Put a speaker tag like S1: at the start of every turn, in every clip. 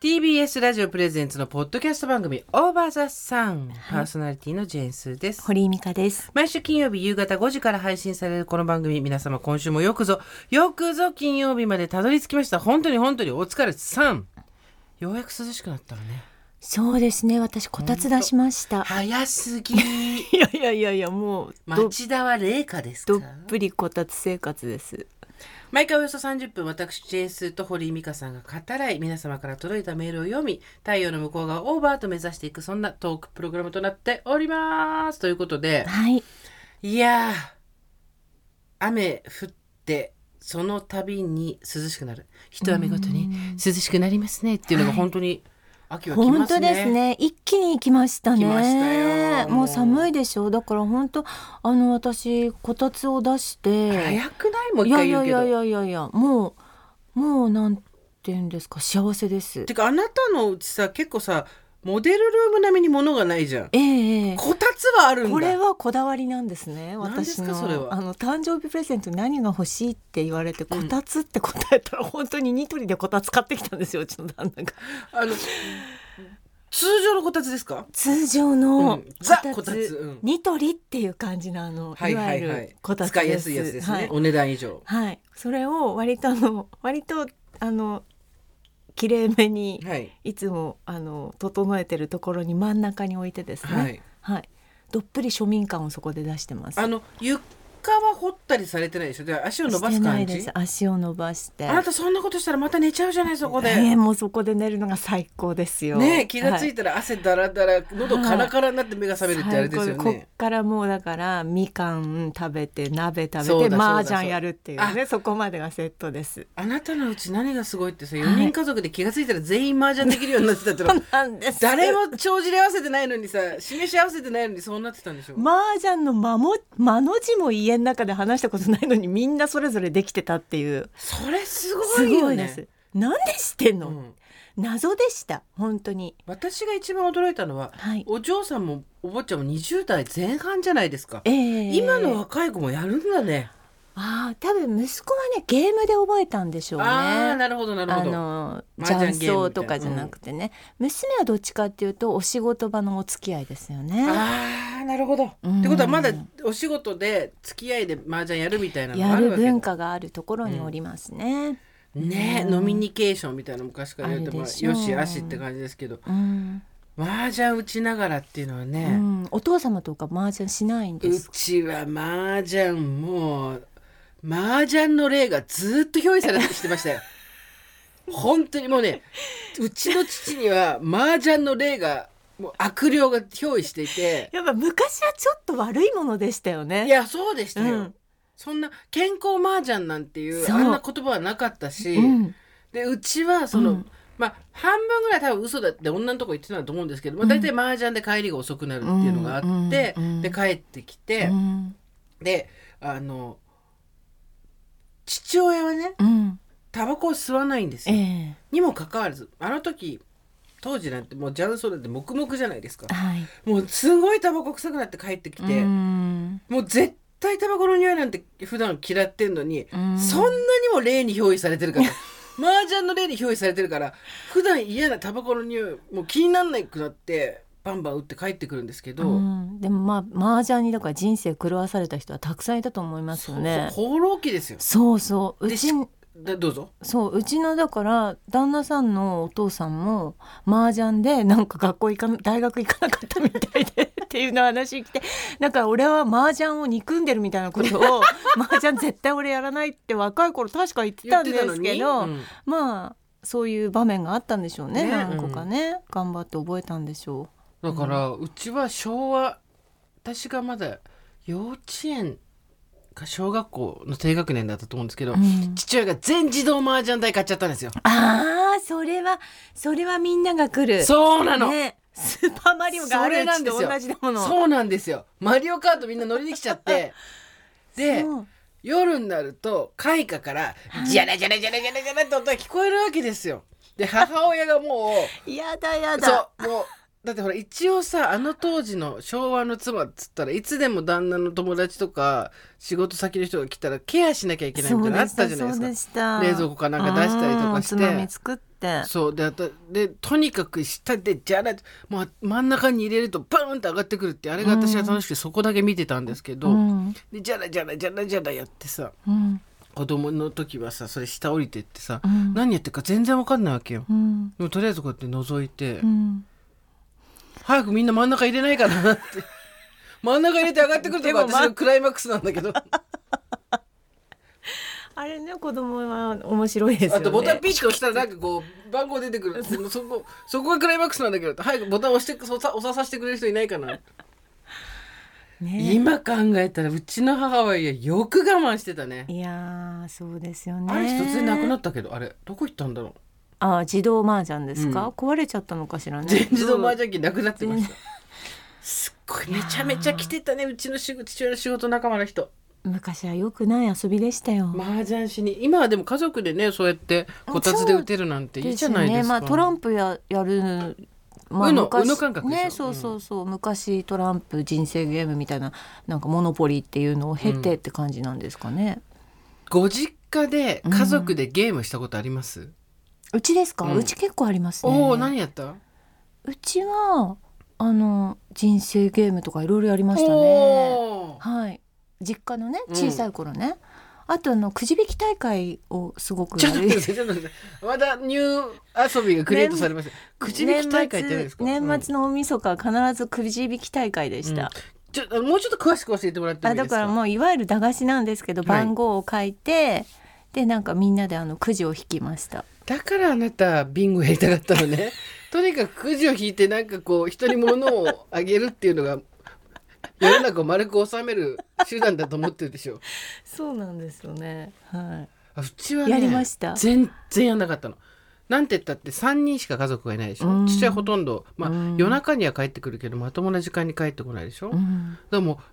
S1: TBS ラジオプレゼンツのポッドキャスト番組「オーバーザサン、パーソナリティのジェーンスーです
S2: 堀井美香です。
S1: 毎週金曜日夕方5時から配信されるこの番組皆様今週もよくぞよくぞ金曜日までたどり着きました本当に本当にお疲れさんようやく涼しくなったわね
S2: そうですね。私こたつ出しました。
S1: 早 すぎ
S2: いやいやいやいや、もうど
S1: 町田は冷夏です
S2: ど
S1: か
S2: っぷりこたつ生活です。
S1: 毎回およそ30分私ジェーンスーと堀井美香さんが語らい皆様から届いたメールを読み太陽の向こう側をオーバーと目指していくそんなトークプログラムとなっておりますということで
S2: はい。
S1: いやー雨降ってその度に涼しくなる一雨ごとに涼しくなりますねっていうのが
S2: はい
S1: 本当に秋は来ま
S2: 本
S1: す
S2: 当
S1: ね、
S2: ですね。一気に来ましたね。
S1: 来ましたよ
S2: もう寒いでしょ。だから本当あの私こたつを出して。
S1: 早くないも
S2: い
S1: う一
S2: や
S1: 回
S2: い
S1: 言う
S2: やい
S1: けど
S2: やいやいやいや、もうもうなんて言うんですか幸せです
S1: て。かあなたのうちさ結構さモデルルーム並みに物がないじゃん
S2: ええええ
S1: こたつはあるんだ
S2: これはこだわりなんですね私
S1: 何ですかそれは
S2: のあの誕生日プレゼントに何が欲しいって言われて
S1: う
S2: こ
S1: ん
S2: たつって答えたら本当にニトリでこたつ買ってきたんですようちの旦那 が
S1: あの通常のこたつですか
S2: 通常の
S1: うんザこたつうん
S2: ニトリっていう感じのあの、
S1: はいいはい
S2: わ
S1: は
S2: ゆ
S1: い
S2: るこたつ
S1: 使いやすいやつですね、
S2: はい
S1: お値段以上
S2: はい、それを割とあの割とあの綺麗めに
S1: はい
S2: いつもあの整えてるところに真ん中に置いてですね
S1: はい、
S2: はい、どっぷり庶民感をそこで出してます
S1: あの床は掘ったりされてないでしょで足を伸ばす
S2: してな
S1: 感
S2: い
S1: じ
S2: です足を伸ばして
S1: あなたそんなことしたらまた寝ちゃうじゃないそこ
S2: ねえ
S1: で。
S2: もうそこで寝るのが最高ですよ
S1: ねえ気がつ
S2: はい
S1: たら汗だらだら喉カラカラになって目が覚めるってあれですよ
S2: 最高こ
S1: ね
S2: っ。からもうだからみかん食べて鍋食
S1: そうだ
S2: べ
S1: そ
S2: て
S1: うだ
S2: 麻雀やるっていうねそこまでがセットです
S1: あなたのうち何がすごいってさ
S2: い
S1: 4人家族で気がついたら全員麻雀できるようになってたっての
S2: そ うなんです
S1: 誰も帳尻合わせてないのにさ示し合わせてないのにそうなってたんでしょ
S2: 麻雀の間も間の字も家の中で話したことないのにみんなそれぞれできてたっていう
S1: それすご
S2: す
S1: いよ
S2: ごい
S1: ね。
S2: ですなんでしてんの、
S1: うん
S2: 謎でした本当に
S1: 私が一番驚いたのは
S2: はい
S1: お嬢さんもお坊ちゃんも20代前半じゃないですか。
S2: ええ
S1: 今の若い子もやるんだね。
S2: ああ多分息子はねゲームで覚えたんでしょうね
S1: ああなるほどなる
S2: あ
S1: ほど。
S2: の
S1: 麻雀
S2: 雀
S1: ゲームみたいな
S2: 荘とかじゃなくてね、娘はどっちかっていうとお仕事場のお付き合いですよね。
S1: ああなるほど。
S2: うん
S1: ってことはまだお仕事で付き合いで麻雀やるみたいなのが
S2: や
S1: ある
S2: る
S1: わけだ
S2: 文化があるところにおりますね。
S1: ね、
S2: うん
S1: ノミニケーションみたいなの昔から言って
S2: あ
S1: もよ
S2: るでしょう
S1: しあしって感じですけど
S2: うん、
S1: 麻雀打ちながらっていうのは
S2: う
S1: ね、
S2: ん、お父様とか麻雀しないん
S1: う
S2: ですか。
S1: ちは麻雀もう麻雀の例がずっと表示されてきてました よ本当にもうねうちの父には麻雀の例がもう悪霊が憑依していて
S2: やっぱ昔はちょっと悪いものでしたよね。
S1: いやそうでした
S2: う
S1: よ、
S2: ん、
S1: そんな健康麻雀なんていう
S2: そう
S1: あんな言葉はなかったし、
S2: うん、
S1: でうちはその、
S2: うん
S1: まあ半分ぐらい多分嘘だって女のとこ行ってたと思うんですけど、まあ、大体麻雀で帰りが遅くなるっていうのがあって、
S2: うんうん
S1: で帰ってきて、
S2: うん、
S1: であの父親はね
S2: うん、
S1: タバコを吸わないんです
S2: え
S1: よ。
S2: え
S1: にもかかわらずあの時当時なんてもう雀荘なんて黙々じゃないですか
S2: はい。
S1: もうすごいタバコ臭くなって帰ってきて、
S2: うん、
S1: もう絶対タバコの匂いなんて普段嫌ってんのに、
S2: うん
S1: そんなにも例に憑依されてるから 麻雀の例に憑依されてるから普段嫌なタバコの匂いもう気になんなくなってバンバン打って帰ってくるんですけど、
S2: うん、でもまあ麻雀にだから人生狂わされた人はたくさんいたと思いますよね。
S1: ほ放浪記ですよ
S2: そうそう、う
S1: で
S2: ち
S1: しだどうぞ
S2: そううちのだから旦那さんのお父さんも麻雀でなんか学校行かな大学行かなかったみたいで っていうの話来てなんか俺は麻雀を憎んでるみたいなことを 麻雀絶対俺やらないって若い頃確か言って
S1: 言
S2: た
S1: っ
S2: んで
S1: てたの
S2: すけ
S1: に、
S2: ど、
S1: うん
S2: まあそういう場面があったんでしょうね
S1: ね
S2: 何個かね、頑張って覚えたんでしょ
S1: だからうちは昭和私がまだ幼稚園か小学校の低学年だったと思うんですけど、
S2: う。うん
S1: 父親が全自動麻雀台買っちゃったんですよ
S2: ああそれはそれはみんなが来る
S1: そうなの、
S2: ね、スーパーマリオがあるうちと同じだもの
S1: そうなんですよマリオカートみんな乗りに来ちゃって で
S2: そう
S1: 夜になると開花から
S2: い
S1: ジャラジャラジャラジャラジャラって音が聞こえるわけですよで母親がも
S2: やだや
S1: う
S2: だ
S1: そうもうだってほら一応さあの当時の昭和の妻っつったらいつでも旦那の友達とか仕事先の人が来たらケアしなきゃいけないみたいなのあったじゃないですか
S2: そうでした
S1: 冷蔵庫かなんか出したりとかして
S2: うんおつまみ作っって
S1: そうであとでとにかく下でじゃらもう真ん中に入れるとバーンと上がってくるってあれが私は楽しくてそこだけ見てたんですけど、
S2: うん
S1: でじゃらじゃらじゃらじゃらやってさ
S2: うん
S1: 子供の時はさそれ下降りてってさ、
S2: うん
S1: 何やってるか全然わかんないわけよ。
S2: うん
S1: でもとりあえずこうやって覗いて、
S2: うん
S1: 早くみんな真ん中入れないかなって 真ん中入れて上がってくると
S2: で
S1: こ
S2: も
S1: 私のクライマックスなんだけど、
S2: あれね子供は面白いですよね
S1: あとボタンピッと押したらなんかこう番号出てくるそこそこがクライマックスなんだけど早くボタン押して押さ押させてくれる人いないかな
S2: ね
S1: 今考えたらうちの母親よく我慢してたね
S2: いやーそうですよね
S1: あれ突然なくなったけどあれどこ行ったんだろ
S2: あ自動麻雀ですか、
S1: うん
S2: 壊れちゃったのかしらね
S1: う全自動麻雀機なくなってましたすっごいめちゃめちゃ来てたねうちの仕事父親の仕事仲間の人
S2: 昔は良くない遊びでしたよ、
S1: 麻雀しに今はでも家族でねそうやってこたつで打てるなんていいじゃない
S2: ね
S1: です
S2: ま
S1: か
S2: あ、トランプややるまあ、
S1: うの
S2: 昔
S1: うの感覚でしょ
S2: ねそうそうそう、昔トランプ人生ゲームみたいななんかモノポリっていうのを経てって感じなんですかね、
S1: ご実家で家族でゲームしたことあります、
S2: うちですか、
S1: う
S2: うんち結構ありますね
S1: おお何やった
S2: うちはあの人生ゲームとかいろいろやりましたね
S1: おー
S2: はい実家のね
S1: うん
S2: 小さい頃ね、あとあのくじ引き大会をすごく
S1: ちょっと待っ
S2: や
S1: て
S2: る
S1: ちょっと待ってまだニュー遊びがクリエイトされましたくじ引き大会って何ですか
S2: 年末
S1: うん
S2: 年末の大晦日は必ずくじ引き大会でした、
S1: ちょっともうちょっと詳しく教えてもらってもい
S2: あ
S1: いで
S2: だ
S1: すか
S2: からもういわゆる駄菓子なんですけど
S1: はい
S2: 番号を書いて、でなんかみんなであのくじを引きました
S1: だからあなたビンゴやりたかったのね とにかくくじを引いてなんかこう人に物をあげるっていうのが世の中を丸く収める手段だと思ってるでしょ
S2: そうなんですよねは
S1: あうちはね
S2: やりました
S1: 全然やんなかったのなんて言ったって3人しか家族がいないでし
S2: う
S1: ょ
S2: ん
S1: 父はほとんど、まあ
S2: うん、
S1: 夜中には帰ってくるけどまともな時間に帰ってこないでしょ、
S2: い、うん、
S1: でもう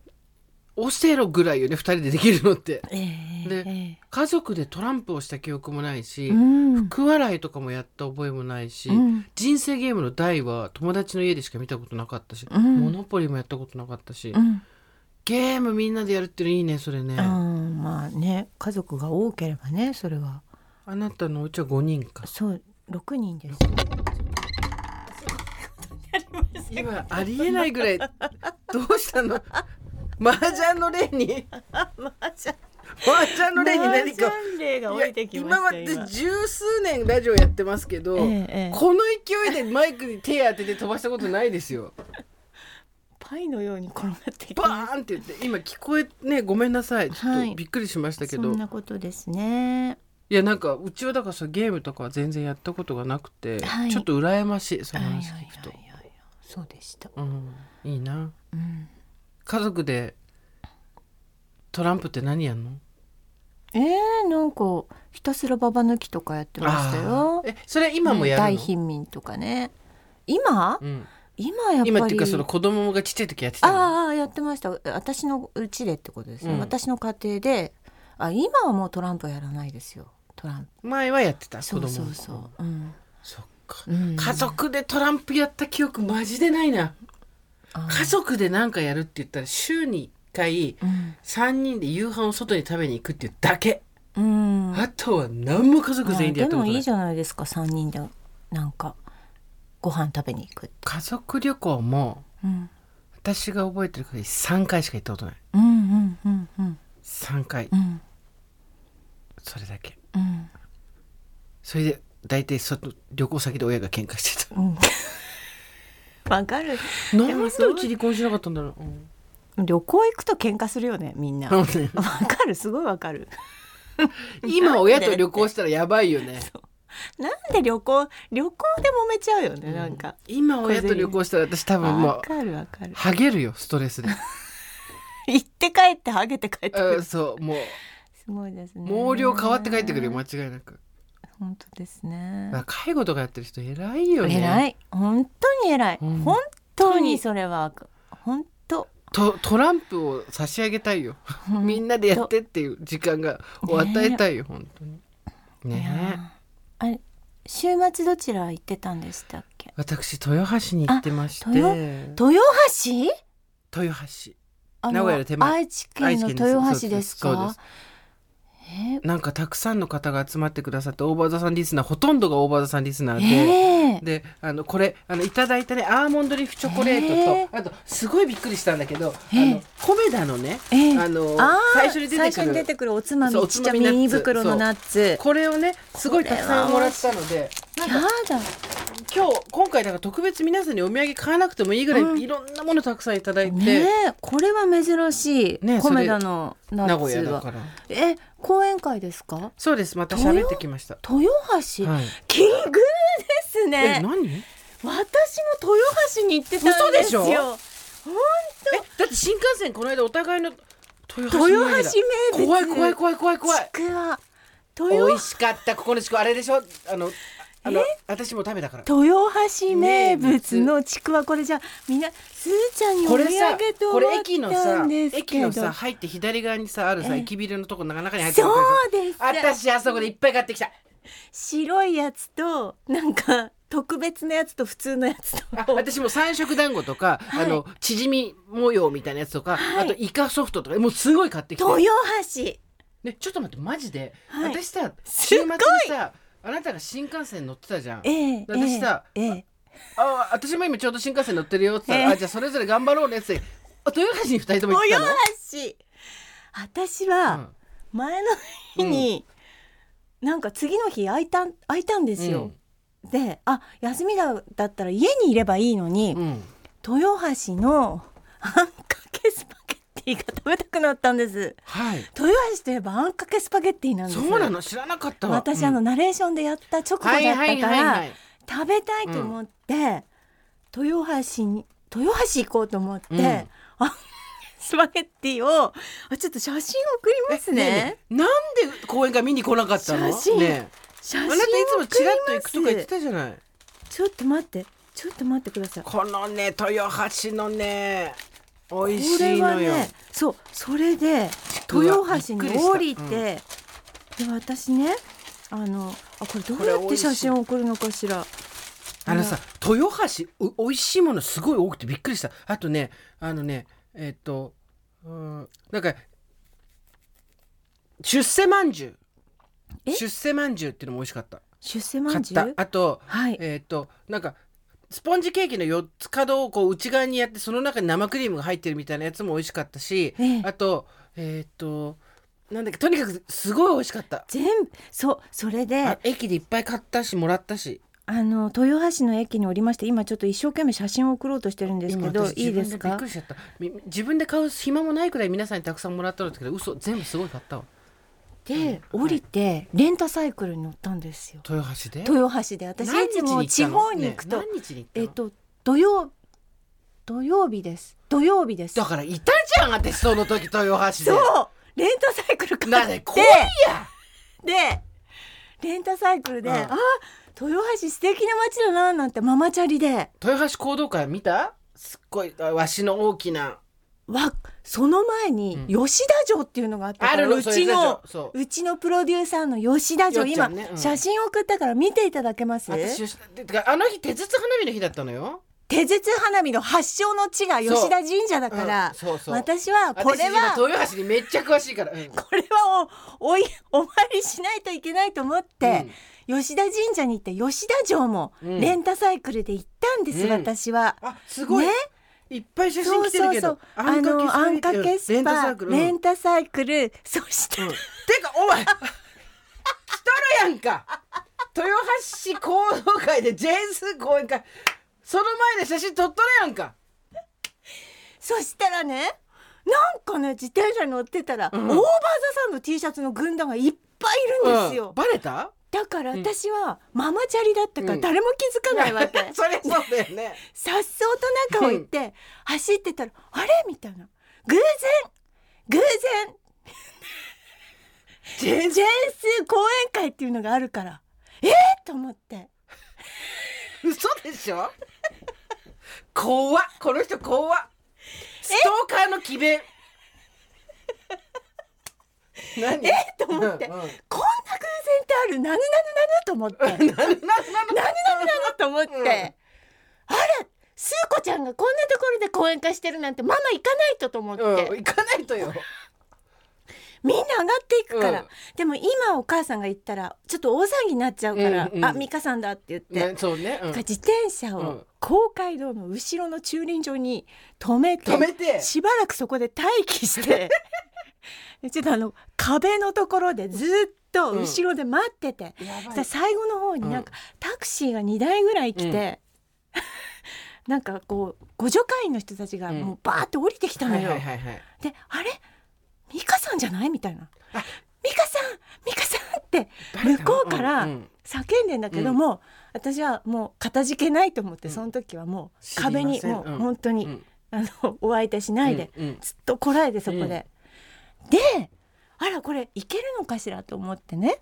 S1: オセロぐらいよね2人でできるのって
S2: ええ
S1: で
S2: え
S1: 家族でトランプをした記憶もないし、
S2: えうん
S1: 福笑いとかもやった覚えもないし、
S2: うん
S1: 人生ゲームの台は友達の家でしか見たことなかったし、
S2: うん
S1: モノポリもやったことなかったし、
S2: うん
S1: ゲームみんなでやるっていうのいいねそれね、
S2: うんまあね家族が多ければねそれは
S1: あなたのうちは5人 か
S2: そう六人です
S1: 今ありえないぐらいどうした の麻雀の例に
S2: マージャン
S1: 麻雀の例に何か
S2: 例が
S1: い
S2: 降
S1: や
S2: りてきま
S1: 今
S2: し
S1: ま
S2: た
S1: で
S2: 今
S1: 十数年ラジオやってますけど、
S2: ええええ
S1: この勢いでマイクに手当てて飛ばしたことないで すよ。
S2: パイのように転がっていきま
S1: バーンって言って今聞こえねごめんなさいちょ
S2: は
S1: っと
S2: い
S1: びっくりしました
S2: す
S1: け
S2: そ
S1: ど、
S2: ん
S1: い、
S2: なことですね
S1: やなんかうちはだからさゲームとかは全然やったことがなくて、
S2: はい
S1: ちょっと羨ましいそ
S2: は
S1: の
S2: いはいはい
S1: 話聞くと、
S2: はいはいそうでした
S1: うんいいな
S2: うん
S1: 家族でトランプって何やんの
S2: えー、なんかひたすらババ抜きとかやってましたよ
S1: あ。ーえそれ今もやる
S2: 大
S1: の、
S2: 貧民とかね。今？
S1: うん、
S2: 今やっぱり。
S1: 今っていうかその子供がちっちゃい時やってた
S2: あ
S1: の
S2: ーあーやってました。私のうちでってことですね。
S1: うん
S2: 私の家庭で、あ今はもうトランプやらないですよ。トランプ。
S1: 前はやってた子
S2: そ
S1: 供
S2: う
S1: の
S2: そ
S1: 頃
S2: うそう。うん。
S1: そっか、
S2: うん
S1: 家族でトランプやった記憶マジでないな
S2: あー
S1: 家族で何かやるって言ったら週に1回
S2: うん。
S1: 3人で夕飯を外に食べに行くっていうだけ、
S2: うん。
S1: あとは何も家族全員でや
S2: で
S1: ったこ
S2: も
S1: とない,、
S2: いいじゃないですか。三人でなんかご飯食べに行く。
S1: 家族旅行も
S2: うん。
S1: 私が覚えてる限り3回しか行ったことない
S2: うんうんうんうん
S1: 3回
S2: うん
S1: それだけ
S2: うん。
S1: それで大体外旅行先で親が喧嘩し てた
S2: うん。わかる。で
S1: 何で
S2: も
S1: う
S2: そう
S1: ち離婚しなかったんだろう、うん
S2: 旅行行くと喧嘩するよねみんな。
S1: な
S2: わ
S1: ので
S2: かるすごいわ かる。
S1: 今親と旅行したらやばいよ ね
S2: なんで旅行旅行で揉めちゃうよねなんか。
S1: 今親と旅行したら私多分も
S2: わ
S1: う
S2: かるわかる。
S1: ハゲるよストレスで
S2: 行って帰ってハゲて帰ってく
S1: うん
S2: る。
S1: そうも
S2: すごいです
S1: う
S2: ね。
S1: 毛量変わって帰ってくるよ間違いなく
S2: 本当ですね
S1: だか。ら介護とかやってる人偉いよね
S2: 偉い本当に偉い、
S1: うん
S2: 本当にそれは本当。
S1: とトランプを差し上げたいよみんなでやってっていう時間がを与えたいよ本当に
S2: い
S1: ねえ
S2: やーあれ週末どちら行ってたんでしたっけ。
S1: 私豊橋に行ってまして
S2: あ豊
S1: 豊
S2: 豊橋？
S1: 橋
S2: あの
S1: 名古屋の手前
S2: 愛知県の
S1: 愛知県です
S2: 豊橋ですか。
S1: そうです
S2: ね
S1: なんかたくさんの方が集まってくださってオーバーザさんリスナーほとんどがオーバーザさんリスナーで、
S2: ええ
S1: であのこれあのいただいたねアーモンドリーフチョコレートと、
S2: え
S1: あとすごいびっくりしたんだけど、
S2: ええ
S1: あのコメダのね、
S2: ええ
S1: あの
S2: あー
S1: 最初に出
S2: 最
S1: てく
S2: 初に出
S1: る
S2: てくるおつま
S1: そう
S2: み
S1: お
S2: ち
S1: つ
S2: っちゃ
S1: ま
S2: い
S1: みナッツ
S2: ミニ袋のナッツ
S1: これをねすごいたくさんもらったので
S2: やだ
S1: 今日今回だから特別皆さんにお土産買わなくてもいいぐらい、
S2: うん
S1: いろんなものたくさんいただいて、
S2: ねえこれは珍しい、
S1: ねそ
S2: コ
S1: れ
S2: メダのナ
S1: 名
S2: ッ
S1: 古
S2: ツ
S1: 屋だ
S2: は
S1: から
S2: え講演会ですか
S1: そうですまた喋ってきました、
S2: 豊橋、
S1: はい、
S2: 奇遇です
S1: え
S2: ね私
S1: 何
S2: も豊橋に行ってたんですよ
S1: 嘘でしょえだって新幹線この間お互いの
S2: 豊
S1: 豊橋
S2: 橋
S1: 名
S2: 名
S1: 義だ
S2: 物
S1: 怖い怖い怖い怖い怖い
S2: ちくわ
S1: 美
S2: 豊
S1: 味しかったここのちくわあれでしょあのあの私も食べたから
S2: 豊橋名物のちくわこれじゃあみんなすーちゃんにお
S1: こ
S2: 土
S1: れ
S2: 産
S1: さ
S2: と
S1: こ
S2: 思
S1: れ
S2: っ
S1: 駅の
S2: た
S1: さ
S2: んです
S1: 駅
S2: けど
S1: のさ入って左側にさあるさ
S2: ええ
S1: 駅ビルのとこの中に入ってる
S2: そうです
S1: 私あそこでいっぱい買ってきた
S2: 白いやつとなんか特別なやつと普通のやつ
S1: あ
S2: と
S1: 私も三色団子とか、
S2: はい
S1: あの縮み模様みたいなやつとか、
S2: はい
S1: あとイカソフトとかもうすごい買ってきて
S2: 豊橋
S1: ねちょっと待ってマジで、
S2: はい
S1: 私さ
S2: す
S1: 週
S2: っ
S1: 末
S2: ごい
S1: にさあなたが新幹線乗ってたじゃん、
S2: ええ
S1: 私さ
S2: ええ
S1: あ私も今ちょうど新幹線乗ってるよって言ったら、
S2: ええ
S1: あじゃあそれぞれ頑張ろうねって豊橋に二人とも行っ
S2: 豊
S1: たの
S2: 橋私は前の日に、なんか次の日空いたん空いたんで
S1: うん
S2: すよ、であ休みだだったら家にいればいいのに、
S1: うんうん
S2: 豊橋のあんかけスパゲッティが食べたくなったんです
S1: はい
S2: 豊橋といえばあんかけスパゲッティなんです
S1: そうなの知らなかったわ
S2: 私あの、
S1: うん
S2: ナレーションでやった直後だっ
S1: はい
S2: た
S1: はい
S2: か
S1: はいは
S2: ら
S1: い
S2: 食べたいと思って、豊橋に豊橋行こうと思って、
S1: うん
S2: あ スパゲッティをあちょっと写真送りますね
S1: ええなんで公園から見に来なかったの
S2: 写真
S1: ねえ
S2: 写
S1: あ
S2: 真
S1: な
S2: 送
S1: た
S2: りま
S1: い
S2: す
S1: つもチラッと行くとか言ってたじゃない
S2: ちょっと待ってちょっと待ってください
S1: このね豊橋のね美味
S2: こ
S1: しい
S2: れは
S1: のよ、
S2: ねそうそれで
S1: うわ
S2: 豊橋
S1: びっ
S2: に
S1: くりした
S2: 降りて、で私ねあのあこれどうやっ
S1: これ美味
S2: て
S1: しい
S2: 写真を送るのかしら
S1: あのさ豊橋う美味しいものすごい多くてびっくりしたあとねあのねえっとうんなんか出世まんじゅう
S2: え
S1: 出世まんじゅうっていうのも美味しかった
S2: 出世ま
S1: 買
S2: ん
S1: っ
S2: じゅ
S1: た
S2: う
S1: あと
S2: はい
S1: えーっ、となんかスポンジケーキの4つ角をこう内側にやってその中に生クリームが入ってるみたいなやつも美味しかったし、
S2: ええ
S1: あとえーっ、となんだっけとにかくすごい美味しかった、
S2: 全部そうそれで
S1: あ
S2: あ
S1: 駅でいっぱい買ったしもらったし
S2: の豊橋の駅におりまして今ちょっと一生懸命写真を送ろうとしてるんですけど
S1: 今私
S2: いいです
S1: 自分でびっ
S2: か
S1: くりしちゃったみ自分で買う暇もないくらい皆さんにたくさんもらったんですけど嘘全部すごい買ったわ
S2: で降りてレンタサイクルに乗ったんですよ
S1: 豊橋で
S2: 豊橋で私いつも地方に行くと、
S1: ね何日に行った
S2: え
S1: の
S2: っと土曜土曜日です土曜日です
S1: だからいたじゃん私その時豊橋で
S2: そうレンタサイクル買
S1: な
S2: っ
S1: ん
S2: て
S1: で来いや
S2: でレンタサイクルで、
S1: うん
S2: あ豊橋素敵な街だななんてママチャリで
S1: 豊橋行動会見たすっごいあわしの大きな
S2: わその前に
S1: うん
S2: 吉田城っていうのがあったから、う
S1: そ
S2: ち
S1: れ
S2: の
S1: そう
S2: うちのプロデューサーの吉田城、
S1: よっちゃ
S2: 今、
S1: んねうん
S2: 写真送ったから見ていただけます
S1: 私吉田てかあの日手筒花火の日だったのよ
S2: 手筒花火の発祥の地が吉田神社だから
S1: うん、そうそう
S2: 私はこれは
S1: 私今豊橋にめっちゃ詳しいから、うん
S2: これはおおい お参りしないといけないと思って、吉田神社に行って吉田城も
S1: うん
S2: レンタサイクルで行ったんです、
S1: うん
S2: 私は。
S1: あすごい、
S2: ね
S1: いっぱい写真来てるけど
S2: あのあんかけス
S1: レンタサ
S2: パ
S1: ークル、うん
S2: レンタサイクルそして、
S1: うんてかお前来とるやんか豊橋市行動会で J2 講演会その前で写真撮っとるやんか
S2: そしたらねなんかね自転車に乗ってたら、
S1: うん
S2: オーバーザさんの T シャツの軍団がいっぱいいるんです
S1: うん
S2: よ、
S1: バレた
S2: だから私はママチャリだったか
S1: う
S2: ら
S1: ん
S2: 誰も気づかないわけ、
S1: それそうだよね
S2: さっそうと中を行って走ってたら「あれ?」みたいな偶然偶 然ジェンス講演会っていうのがあるからえー、と思って
S1: 嘘でしょ怖っこの人怖っストーカーの詭弁何え
S2: と思って
S1: うんう
S2: こんな
S1: ん、
S2: 偶然ってあるなぬなぬなぬと思ってなぬな
S1: 何何何
S2: ぬなぬと思って、
S1: うん
S2: あらスー子ちゃんがこんなところで講演会してるなんてママ行かないとと思って、
S1: うん、行かないとよ
S2: みんな上がっていくから、
S1: うん
S2: でも今お母さんが行ったらちょっと大騒ぎになっちゃうから「
S1: うんうん
S2: あ美香さんだ」って言って、
S1: ね、そうね、
S2: だか
S1: うん
S2: ら自転車
S1: う
S2: を
S1: ん
S2: 公会堂の後ろの駐輪場に止めて
S1: 止めて
S2: しばらくそこで待機して でちょっとあの壁のところでずっと後ろで待ってて、
S1: やば
S2: さ
S1: い
S2: 最後の方になんか、タクシーが2台ぐらい来て、 なんかこう互助会員の人たちがもうバーって降りてきたの
S1: はい
S2: よ。
S1: はいはいはい
S2: であれ美香さんじゃないみたいな
S1: あ
S2: 「美香さん美香さん!」って向こうから
S1: うんうん
S2: 叫んでんだけど
S1: うん
S2: も、私はもうかたじけないと思って、
S1: うん
S2: その時はも
S1: 知
S2: う
S1: りませ
S2: 壁
S1: ん
S2: にもう
S1: うん
S2: 本当に、
S1: うん
S2: あのお相手しないで、
S1: うんうん
S2: ずっとこらえてそこで、であらこれいけるのかしらと思ってね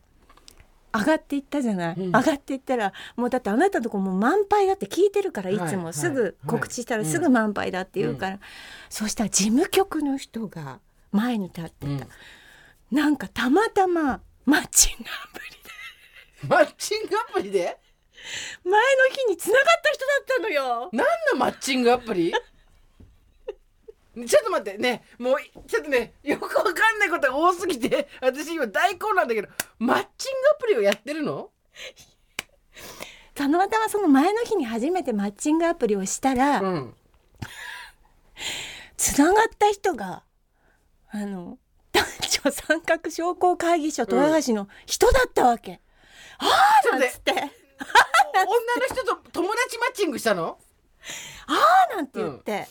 S2: 上がっていったじゃない、
S1: う
S2: 上
S1: ん
S2: がっていったらもうだってあなたのとこもう満杯だって聞いてるから
S1: はいい
S2: つ
S1: は
S2: も
S1: い
S2: すぐ告知したら
S1: はい
S2: すぐ満杯だって言うから、そうしたら事務局の人が前に立ってた、
S1: うん
S2: なんかたまたまマッチングアプリで
S1: マッチングアプリで
S2: 前の日に繋がった人だったのよ
S1: 何のマッチングアプリちょっと待ってねもういちょっとねよくわかんないことが多すぎて私今大混乱だけどマッチングアプリをやってるの
S2: たまたまその前の日に初めてマッチングアプリをしたら、
S1: うん
S2: つながった人があの男女三角商工会議所豊橋の人だったわけ。
S1: ち
S2: な
S1: ょっと
S2: ん
S1: ね
S2: つって「
S1: 女の人と友達マッチングしたの
S2: あ」なんて言って、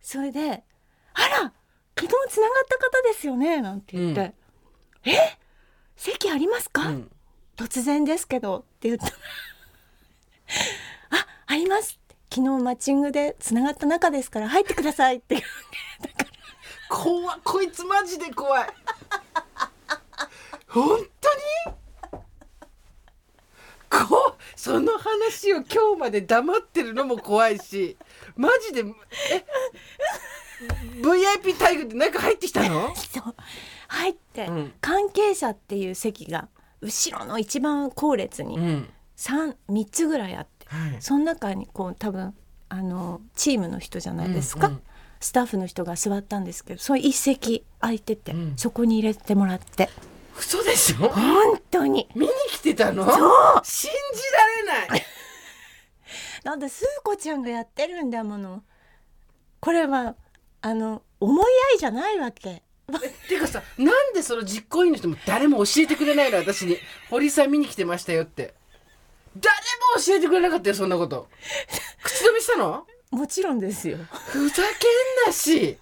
S2: それで「あら昨日つながった方ですよね」なんて言って「
S1: う
S2: え席ありますか
S1: うん
S2: 突然ですけど」って言った ら「ああります」昨日マッチングでつながった中ですから入ってくださいって言うだから
S1: 怖いこいつマジで怖い本当にこその話を今日まで黙ってるのも怖いしマジでえ VIP 待遇で中入ってきたの
S2: そう入って、
S1: うん
S2: 関係者っていう席が後ろの一番後列に
S1: ん
S2: 3, 三つぐらいあって
S1: はい
S2: その中にこう多分あのチームの人じゃないですか、
S1: うんうん
S2: スタッフの人が座ったんですけどその一席空いてて、
S1: うん
S2: そこに入れてもらって
S1: 嘘でしょ
S2: 本当に
S1: 見に来てたの
S2: そう
S1: 信じられない
S2: なんでスー子ちゃんがやってるんだものこれはあの思い合いじゃないわけ
S1: てかさなんでその実行委員の人も誰も教えてくれないの私に堀井さん見に来てましたよって誰も教えてくれなかったよそんなこと口止めしたの
S2: もちろんですよ
S1: ふざけんなし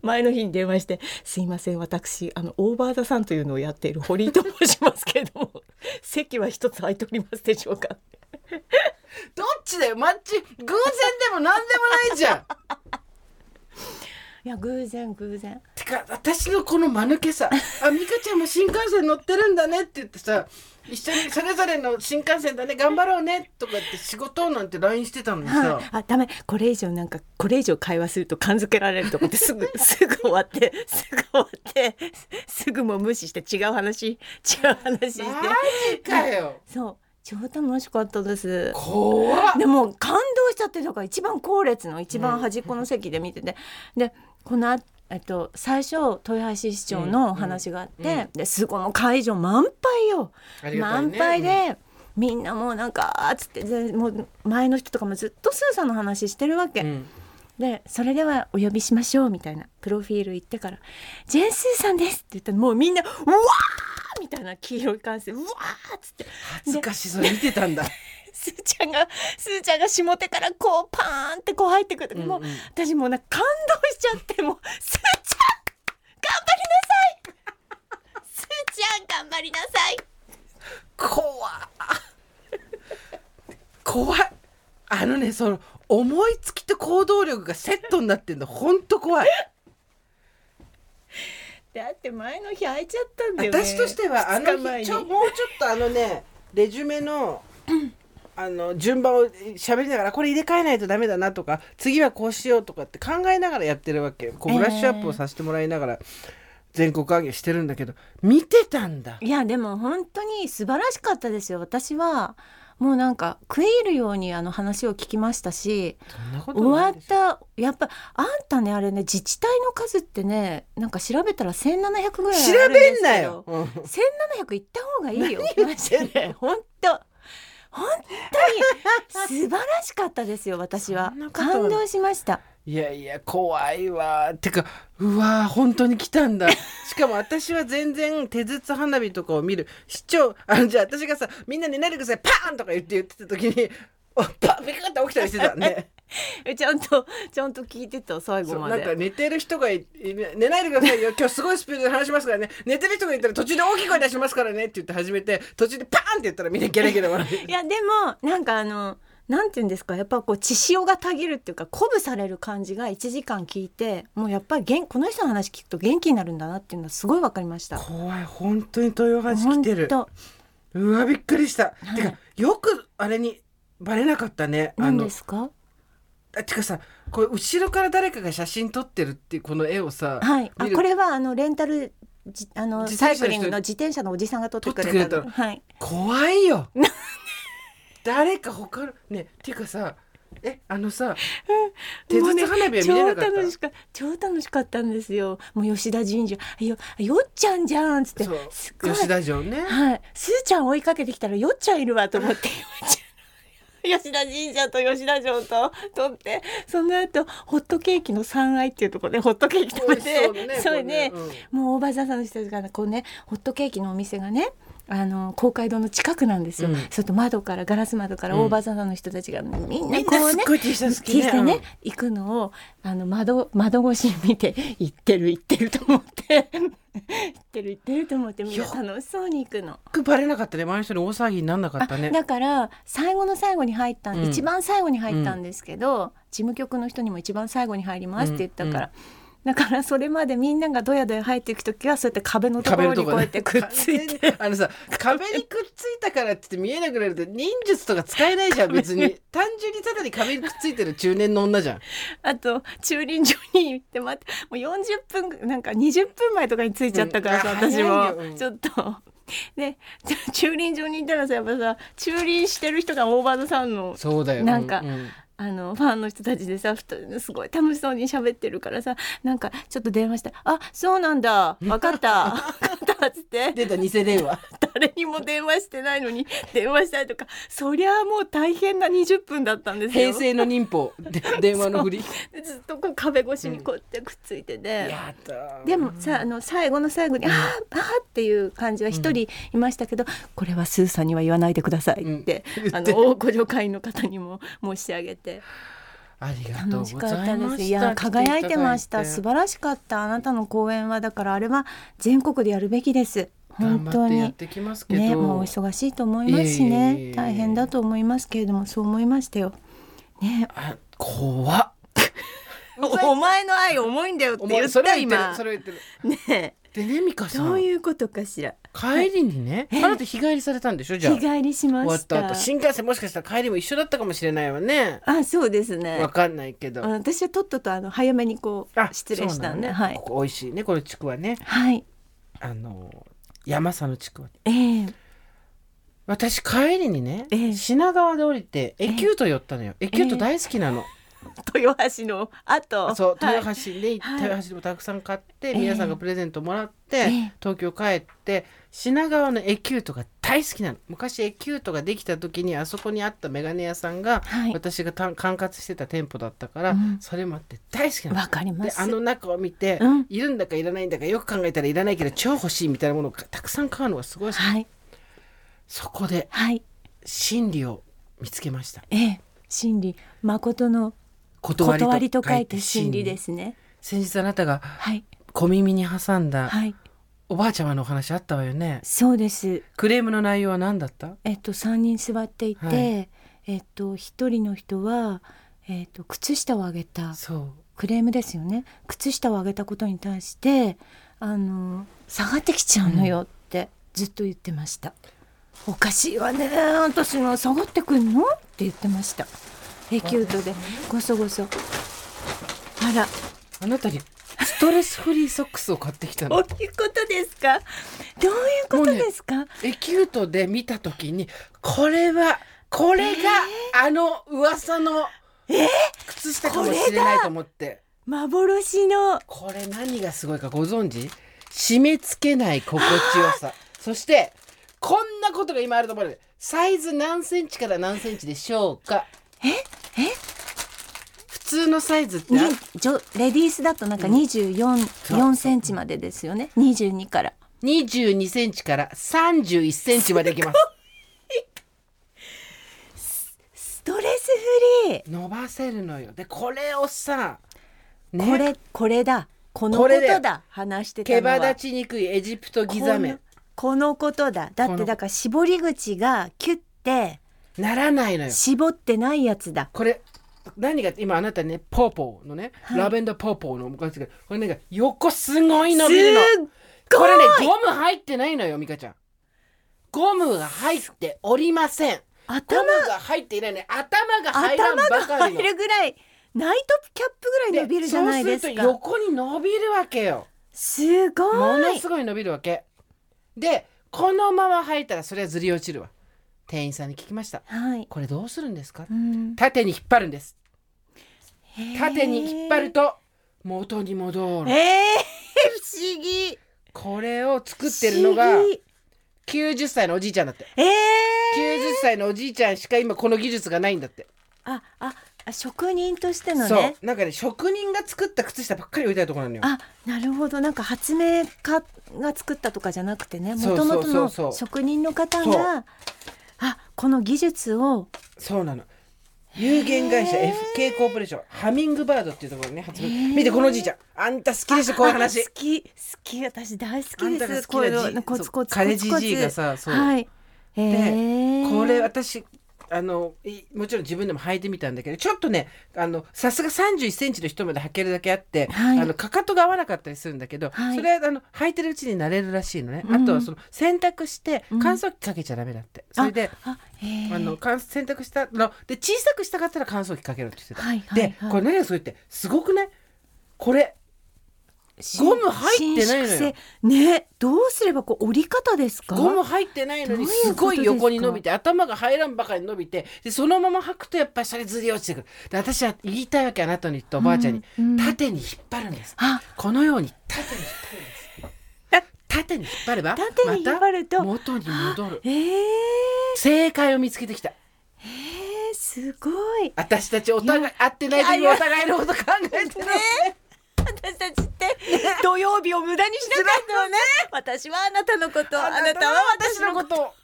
S2: 前の日に電話して「すいません私あのオーバーザさんというのをやっている堀井と申しますけれども 席は一つ空いておりますでしょうか」
S1: どっちだよマッチ偶然でも何でもないじゃん
S2: いや偶然偶然
S1: てか私のこの間抜けさあ美香ちゃんも新幹線乗ってるんだねって言ってさ一緒にそれぞれの新幹線だね頑張ろうねとかって仕事なんて LINE してたのにさ
S2: はい、あダメこれ以上なんかこれ以上会話すると感づけられると思ってすぐすぐ終わってすぐ終わってすぐもう無視して違う話違う話して
S1: マジかよ
S2: そう超楽しかったです
S1: 怖っ
S2: でもう感動しちゃってだから一番後列の一番端っこの席で見てて、でこのあえっと最初豊橋市長のお話があって、
S1: うんうん
S2: ですごいもう会場満杯よ、
S1: ありがたい
S2: 満
S1: ね
S2: 杯で。みんなもうなんかあーっつってでもう前の人とかもずっとスーさんの話してるわけ、
S1: うん
S2: でそれではお呼びしましょうみたいなプロフィール言ってから「ジェンスーさんです」って言ったらもうみんな「うわー!」みたいな黄色い歓声「うわー!」っつって
S1: 恥ずかしいそれ見てたん だ
S2: すーちゃんがすーちゃんが下手からこうパーンってこう入ってくる、もう
S1: うんうん
S2: 私もうなんか感動しちゃってもうすーちゃん頑張りなさいすーちゃん頑張りなさい
S1: 怖っ怖いあのねその思いつきと行動力がセットになってんのほんと怖い
S2: だって前の日開いちゃったんだよね
S1: 私としてはあ
S2: 二日
S1: の
S2: 前
S1: 日
S2: に
S1: ちょもうちょっとあのねレジュメのあの順番を喋りながらこれ入れ替えないとダメだなとか次はこうしようとかって考えながらやってるわけこうブラッシュアップをさせてもらいながら全国会議してるんだけど見てたんだ
S2: いやでも本当に素晴らしかったですよ私はもうなんか食い入るようにあの話を聞きましたし
S1: そんなこと
S2: 終わ
S1: ない
S2: っ
S1: でしょ
S2: たやっぱあんたねあれね自治体の数ってねなんか調べたら1700ぐらいある
S1: 調
S2: んで
S1: べ
S2: すけど
S1: んなよ、うん
S2: 1700行った方がい いよマジで 本当本当に素晴らしかったですよ私は
S1: そんなことある
S2: 感動しました
S1: いやいや怖いわてかうわー本当に来た んだしかも私は全然手筒花火とかを見る市長あのじゃあ私がさみんなに慣れてくださいパーンとか言って言ってた時におパンビカッて起きたりしてた ね
S2: えちゃんとちゃんと聞いてた最後
S1: そう
S2: ま
S1: なんか
S2: で
S1: 寝てる人がいい寝ないでくださいよ今日すごいスピードで話しますからね寝てる人がいたら途中で大きい声出しますからねって言って始めて途中でパーンって言ったらみんなギャラギャラ笑って
S2: いやでもなんかあのなんて言うんですかやっぱこう血潮がたぎるっていうか鼓舞される感じが1時間聞いてもうやっぱり元この人の話聞くと元気になるんだなっていうのはすごい分かりました。
S1: 怖い本当に豊橋来てる
S2: 本
S1: うわびっくりした、
S2: はい
S1: てかよくあれにバレなかったね
S2: 当
S1: あ
S2: 何
S1: の
S2: ですか
S1: あてかさこれ後ろから誰かが写真撮ってるっていうこの絵をさ、
S2: はい、あ
S1: 見る
S2: これはあのレンタルじあの
S1: 自
S2: サイ
S1: 転車の人
S2: クリングの自転車のおじさんが撮ってくれた
S1: 撮ってくれたの
S2: はい、
S1: 怖いよ誰か他のねてかさえあのさ手
S2: もう
S1: 筒
S2: ね
S1: 花火は見れ
S2: 超
S1: なかった、
S2: 楽しか超楽しかったんですよもう吉田神社よよっちゃんじゃんっつって
S1: そう
S2: すっごい
S1: 吉田城ね
S2: はい、すーちゃん追いかけてきたらよっちゃんいるわと思って よっちゃん吉田神社と吉田城と撮ってその後ホットケーキの三愛っていうところでホットケーキ食べて
S1: 美味しそうだね
S2: そうね
S1: これね
S2: もう大場座さんの人たちがこうねホットケーキのお店がねあの公会堂の近くなんですよ、
S1: うん
S2: ちょっと窓からガラス窓から
S1: うん
S2: 大場座さんの人たちがみん
S1: み
S2: なん
S1: な
S2: こう
S1: すっ
S2: ね、
S1: ごい T シャツ好き
S2: T
S1: ね
S2: シャツでね行くのをあの窓窓越しに見て行ってる行ってると思って行ってる行ってると思ってみんな楽しそうに行くの。
S1: よくバレなかったね周りの人に大騒ぎにならなかったね
S2: あだから最後の最後に入った、
S1: うん
S2: 一番最後に入ったんですけど、事務局の人にも一番最後に入りますって言ったから、だからそれまでみんながドヤドヤ入っていく時はそうやって壁のとこ
S1: 壁
S2: ろ
S1: の
S2: に
S1: と
S2: こ
S1: こ
S2: う
S1: ろ
S2: やってくっついて。
S1: あのさ壁にくっついたからって言って見えなくなると忍術とか使えないじゃん 別に単純にただに壁にくっついてる中年の女じゃん
S2: あと駐輪場に行って待ってもう40分なんか20分前とかに着いちゃったからさ、
S1: うんあ
S2: 私も、
S1: 早いようん
S2: ちょっと。で じゃあ駐輪場にいたらさやっぱさ駐輪してる人がオーバードさんの
S1: そうだよ
S2: なんか
S1: ううん
S2: あのファンの人たちでさふとすごい楽しそうに喋ってるからさなんかちょっと電話して「あそうなんだ分かった 分かった」っつって
S1: 出た偽電話
S2: 誰にも電話してないのに電話したりとかそりゃあもう大変な20分だったんですよ
S1: 平成の忍法で 電話のふり
S2: でずっとこう壁越しにこうやってくっついてて、
S1: やだ
S2: でもさあの最後の最後に「あーあー」っていう感じは一人いましたけど、これはスーさんには言わないでくださいって、
S1: う ん
S2: あ
S1: 言って
S2: の大御女会員の方にも申し上げて。
S1: ありがとう
S2: 楽
S1: ご
S2: しかっ
S1: ざ
S2: たで。
S1: いますす
S2: いや、輝いてました。素
S1: 頑
S2: 晴らしかった。あなたの講演はだからあれは全国でやるべきです。本
S1: 張
S2: 当
S1: ってやっ
S2: に。
S1: てきますけど
S2: ね、もうお忙しいと思いますし
S1: いえいえいえい
S2: ね
S1: え、
S2: 大変だと思いますけれども、そう思いましたよ。ね、
S1: あ怖っ
S2: お前の愛重いんだよって
S1: お
S2: 言
S1: 前
S2: っ
S1: それ
S2: た
S1: は言ってる
S2: 今
S1: そ。れは言ってる
S2: ね、
S1: でね美香さ
S2: どうんいうことかしら。
S1: 帰りにねあなた日帰りされたんでしょじゃあ
S2: 日帰りしま
S1: 終わ
S2: し
S1: った
S2: た
S1: 後。新幹線もしかしたら帰りも一緒だったかもしれないわね
S2: あ、そうですね
S1: わ。かんないけど、
S2: 私はとっととあの早めにこ
S1: あ
S2: う失礼したんで、
S1: そうなのね
S2: はい
S1: こ。こ美味しいねこの地区はね
S2: はい。
S1: あの山佐の地区は
S2: ええ。
S1: 私帰りにね、
S2: ええ
S1: 品川で降りてエキュート寄ったのよ、エキュート大好きなの、
S2: 豊橋の後。
S1: そう
S2: はい
S1: 豊橋で、
S2: はい
S1: 豊橋でもたくさん買って、
S2: ええ
S1: 皆さんがプレゼントもらって、
S2: ええ
S1: 東京帰って品川のエキュートが大好きなの昔エキュートができた時にあそこにあったメガネ屋さんが、
S2: はい
S1: 私がた管轄してた店舗だったから、
S2: うん
S1: それもあって大好きなの
S2: わかりま。
S1: ですあの中を見て、
S2: うん
S1: いるんだかいらないんだかよく考えたらいらないけど超欲しいみたいなものをたくさん買うのがすごい好き、
S2: はい
S1: そこで
S2: はい
S1: 真理を見つけました
S2: ええ真理誠の
S1: 断り
S2: 断り
S1: と
S2: と書
S1: 書い
S2: い
S1: て
S2: て真
S1: 真理
S2: 理で
S1: です
S2: すね。
S1: 先日あなたが
S2: はい
S1: 小耳に挟んだ
S2: はい
S1: おばあちゃまのお話あったわよね
S2: そうです。
S1: クレームの内容は何だった
S2: えっと三人座っていて、
S1: はい
S2: えっと一人の人はえっと靴下をあげた
S1: そう
S2: クレームですよね。靴下をあげたことに対してあの下がってきちゃうのよってずっと言ってました。おかしいわね私の下がってくんのって言ってました。エキュートでごそごそ。あら。
S1: あなたにストレスフリーソックスを買ってきたの
S2: どういうことですか。どういうことですか。
S1: エキュートで見た時にこれはこれが、あの噂の靴下かもしれないと思って
S2: 幻の
S1: これ何がすごいかご存知締め付けない心地よさそしてこんなことが今あると思われるサイズ何センチから何センチでしょうか
S2: ええ
S1: 普通のサイズって
S2: に
S1: あ
S2: じょレディースだとなんか
S1: うん
S2: 24、
S1: そう
S2: 4センチまでですよね22から
S1: 22センチから31センチまでいきます
S2: ストレスフリー、
S1: 伸ばせるのよでこれをさ、ね
S2: これこれだこのこ
S1: これ
S2: と
S1: だよ
S2: だ話してた
S1: 毛
S2: のは
S1: 羽立ちにくいエジプトギザ
S2: こ
S1: メ
S2: のこのことだだ
S1: こ
S2: って
S1: の
S2: だから絞り口がキュッて
S1: ならないのよ
S2: 絞ってないやつだ
S1: これ何がって今あなたねポーポーのね、
S2: はい
S1: ラベンダーポーポーの昔からこれなんか横すごい
S2: すっ
S1: 伸びるのこ
S2: ごい
S1: れねゴム入ってないのよ美香ちゃんゴムが入っておりませんゴ
S2: 頭
S1: ムが入っていないね頭が入らん
S2: 頭が
S1: ばかり
S2: 入
S1: の
S2: るぐらいナイトキャップぐらい伸びるじゃないです
S1: そうす
S2: か
S1: ると横に伸びるわけよ
S2: すご
S1: もの
S2: い
S1: すごい伸びるわけでこのまま入ったらそれはずり落ちるわ店員さんに聞きました
S2: はい、
S1: これどうするんですか
S2: うん、
S1: 縦に引っ張るんです
S2: へー
S1: 縦に引っ張ると元に戻る
S2: えー、不思議
S1: これを作ってるのが
S2: 不思議
S1: 90歳のおじいちゃんだって
S2: えー、
S1: 90歳のおじいちゃんしか今この技術がないんだって
S2: あああ職人としての
S1: そ
S2: ね
S1: うなんかね職人が作った靴下ばっかり置いてあるところなのよ
S2: あなるほどなんか発明家が作ったとかじゃなくてね
S1: そ
S2: も
S1: う
S2: と
S1: そう
S2: も
S1: そう
S2: と
S1: そう
S2: の職人の方
S1: そう
S2: があこの技術を
S1: そうなの有限会社
S2: へー
S1: FK コーポレーションハミングバードっていうところにね発明
S2: へー
S1: 見てこのおじいちゃんあんた好きでしょこういう
S2: あ
S1: 話
S2: 好き好き私大好
S1: あ
S2: き
S1: ん
S2: で
S1: たが
S2: す
S1: 好
S2: こ
S1: き
S2: うい
S1: な
S2: う
S1: じ
S2: のコツ
S1: そう
S2: コツ
S1: カ
S2: コ
S1: レ
S2: ツ
S1: ジ
S2: コ
S1: ジイが
S2: ツ
S1: さそう、
S2: はいえー、
S1: これ私あのいもちろん自分でも履いてみたんだけどちょっとねあのさすが3 1ンチの人まで履けるだけあって、
S2: はい
S1: あのかかとが合わなかったりするんだけど、
S2: はい
S1: それはあの履いてるうちに慣れるらしいのね、
S2: うん
S1: あとはその洗濯して
S2: うん
S1: 乾燥機かけちゃダメだって、それで
S2: あえ
S1: あの
S2: ー、
S1: 乾洗濯したので小さくしたかったら乾燥機かけるって言ってた、
S2: はいはいはい
S1: でこれ何がすごいってすごくねこれゴム入ってない
S2: 伸
S1: のよ
S2: 縮性ねどうすればこう折り方ですか
S1: ゴム入ってないのに
S2: どういうこと
S1: すごい横に伸びて頭が入らんばかりに伸びてでそのまま履くとやっぱりそれずり落ちてくるで私は言いたいわけあなたに言ったおばあちゃんに、
S2: うんうん
S1: 縦に引っ張るんです
S2: あ
S1: このように縦に引っ張るんです縦に引っ張れば
S2: 縦に引っ張ると
S1: また元に戻る
S2: えー、
S1: 正解を見つけてきた
S2: えー、すごい
S1: 私たちお互い会ってない時
S2: い
S1: に
S2: や
S1: お互いのこと考えてる
S2: 私たちって 土曜日を無駄にしなかったわね 私はあなたのことあなたは私のこと
S1: とを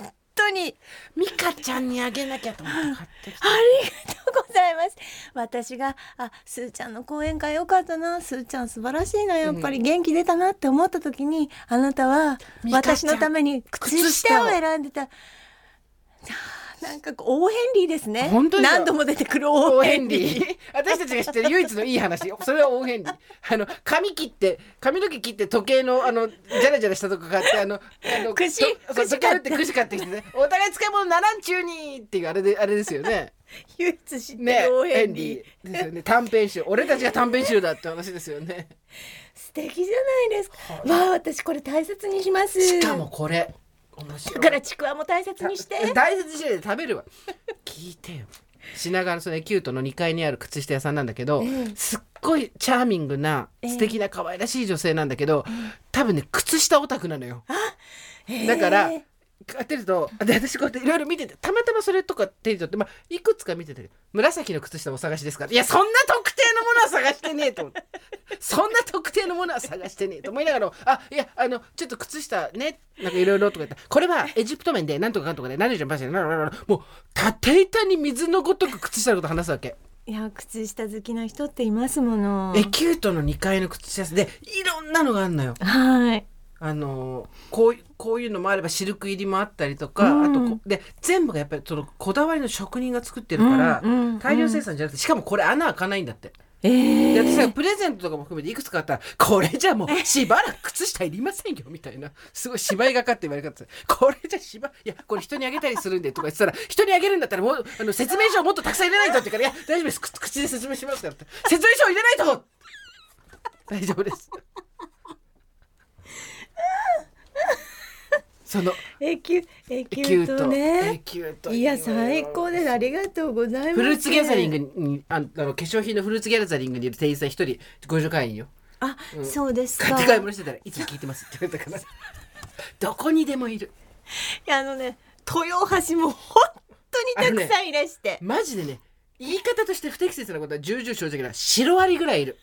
S2: 本当に
S1: 美香ちゃんにあげなきゃと思って買ってきた
S2: ありがとうございます私があすーちゃんの講演会良かったなすーちゃん素晴らしいなやっぱり元気出たなって思った時にあなたは
S1: ミカちゃん
S2: 私のために靴下を選んでたあーなんかこうオーヘンリーですね
S1: 本当ですよ
S2: 何度も出てくるオー
S1: オー
S2: ヘ
S1: ヘ
S2: ン
S1: ン
S2: リー
S1: リー私たちが知ってる唯一のいい話それはオーヘンリーあの髪切って髪の毛切って時計のあのジャラジャラしたとこ買ってあのあの
S2: 串
S1: とそう
S2: 串買って
S1: 時計売って串買ってきてねお互い使い物ならん中にっていうあれであれですよね
S2: 唯一知って
S1: ね
S2: るオーヘンリー
S1: ヘンリーですよね短編集俺たちが短編集だって話ですよね
S2: 素敵じゃないですか。わあ、私これ大切にします。
S1: しかもこれ面白い
S2: だからちくわも大切にして。
S1: 大切にして食べるわ 聞いてよ品川のそのエキュートの2階にある靴下屋さんなんだけど、
S2: ええ
S1: すっごいチャーミングな
S2: ええ
S1: 素敵な可愛らしい女性なんだけど、多分ね靴下オタクなのよだ
S2: だ
S1: から買ってるとで私こうやっていろいろ見ててたまたまそれとか手に取って、まあ、いくつか見てて「紫の靴下お探しですか?」いやそんな特定のものは探してねえと思ってそんな特定のものは探してねえと思いながら「あいやあのちょっと靴下ねなんかいろいろ」とか言ったこれはエジプト面でなんとかなんとかで何じゃんばしゃなんとかなんとかもう縦板に水のごとく靴下のこと話すわけ。
S2: いや靴下好きな人っていますもの。
S1: エキュートの2階の靴下屋さんでいろんなのがあるのよ。
S2: はい。
S1: あのこういこういうのもあればシルク入りもあったりとか、
S2: うん
S1: あとこで全部がやっぱりそのこだわりの職人が作ってるから、
S2: うんうんうん
S1: 大量生産じゃなくてしかもこれ穴開かないんだって。
S2: ええ
S1: で私さプレゼントとかも含めていくつかあったら「これじゃもうしばらく靴下いりませんよ」みたいなすごい芝居がかって言われ方ですこれじゃしばいやこれ人にあげたりするんで」とか言ってたら「人にあげるんだったらもうあの説明書をもっとたくさん入れないと」って言うから「いや大丈夫です口口で説明しますから」って「説明書を入れないと!」大丈夫ですその
S2: えきゅえ
S1: エ
S2: き
S1: キュ
S2: ゅ
S1: ー
S2: う
S1: ト
S2: と
S1: エ
S2: ね。
S1: キュート
S2: いや最高です。ありがとうございます。
S1: フルーツギャザリング。にああの化粧品のフルーツギャザリングにいる店員さん一人50会員よ
S2: あ
S1: う、ん
S2: そうです
S1: 買っ
S2: か。
S1: て買い物してたらいつも聞いてますって言われたからどこにでもいる
S2: いやあのね豊橋も本当にたくさんいらして、
S1: マジでね言い方として不適切なことは重々正直なシロアリぐらいいる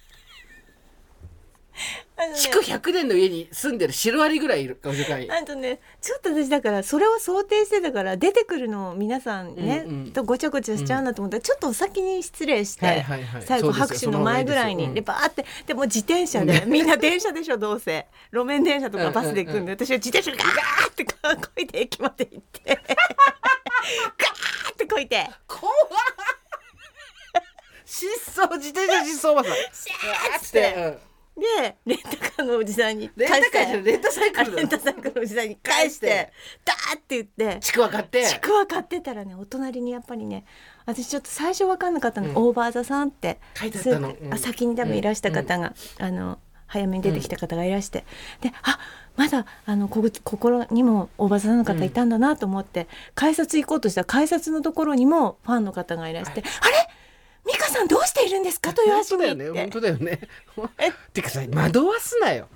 S2: あのね
S1: 築100年の家に住んでるシロアリぐらいいる50会員
S2: あとねちょっと私だからそれを想定してたから出てくるのを皆さんね、
S1: うんうん
S2: とごちゃごちゃしちゃうなと思ったら、ちょっとお先に失礼して、
S1: はいはいはい
S2: 最後
S1: そうで
S2: 拍
S1: す
S2: 手
S1: よ
S2: の前ぐらい
S1: そのままですよう
S2: に
S1: ん
S2: でバーってでも自転車で、みんな電車でしょどうせ路面電車とかバスで行くんで、
S1: うんうん
S2: 私は自転車でガーってこいで駅まで行ってガーってこいで
S1: 怖っ失踪自転車失踪おばさん
S2: シャーっつっ
S1: う
S2: て
S1: ん
S2: でレンタカーのおじさんに
S1: レンタ
S2: 返し
S1: カーじゃない
S2: て
S1: レンタサイク
S2: あ
S1: ル
S2: レンタサイクルのおじさんに返し
S1: 返して
S2: てダーって言って。
S1: ちくわ買って
S2: ちくわ買ってたらねお隣にやっぱりね私ちょっと最初分かんなかったの、
S1: うん
S2: オーバーザさんって
S1: 書いてあったの
S2: すぐ
S1: うん
S2: あ先に多分いらした方が、あの早めに出てきた方がいらして、であまだあのこぐ心にもオーバーザさんの方いたんだなと思って、改札行こうとしたら改札のところにもファンの方がいらして「あれ美香さんどうしているんですか?」という
S1: 本
S2: 足
S1: 当
S2: に
S1: だよ
S2: 言
S1: ね
S2: って、
S1: 本当だよね
S2: え
S1: てかさ惑わすなよ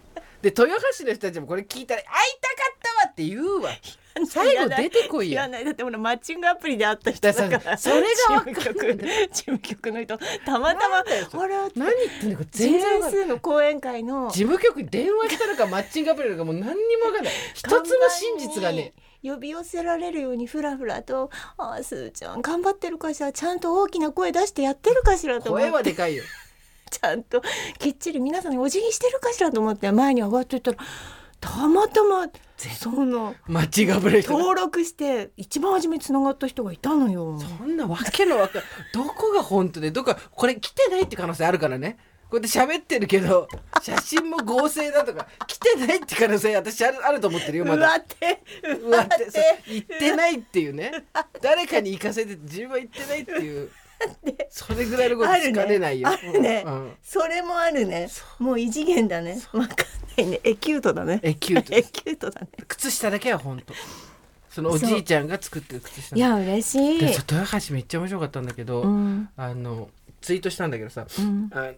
S1: で豊橋の人たちもこれ聞いたら「会いたかったわ」って言 うわ最後出てこい
S2: 知
S1: よ
S2: らないだってほらマッチングアプリで会った人だから
S1: だからそれが分
S2: 事務局事務局の人たまたま
S1: なんだよそれ
S2: あれ
S1: 何言ってんのか全
S2: 全
S1: 然わかんない
S2: 数の講演会の
S1: 事務局に電話したのかマッチングアプリなのかもう何にも分かんない一つも真実
S2: 看
S1: がね
S2: 板に呼び寄せられるようにふらふらと「あーすーちゃん頑張ってるかしらちゃんと大きな声出してやってるかしら」と思
S1: 声
S2: っ
S1: は
S2: て
S1: でかいよ
S2: ちゃんときっちり皆さんにお辞儀してるかしらと思って前に上がってったらたまたまその
S1: マッチングアプリの人
S2: 登録して一番初めに繋がった人がいたのよ。
S1: そんなわけのわかんどこが本当でどこがこれ来てないって可能性あるからねこうやって喋ってるけど写真も合成だとか来てないって可能性私あるあると思ってるよま
S2: う
S1: だ
S2: わって
S1: う
S2: う
S1: わ
S2: わ
S1: っ
S2: って
S1: そう
S2: て
S1: 行ってないっていうね誰かに行かせて自分は行ってないっていうそれぐらいのこと
S2: ある
S1: 疲
S2: ね
S1: れないよ
S2: あるね
S1: うん
S2: それもあるねもう異次元だねわかんないねエキュートだね
S1: エキュートで
S2: エ
S1: す
S2: キュートだね
S1: 靴下だけは本当そのおじいちゃんが作ってる靴下
S2: いや嬉し
S1: で
S2: い
S1: そう豊橋めっちゃ面白かったんだけど、
S2: うん
S1: あのツイートしたんだけどさ、
S2: うん
S1: あ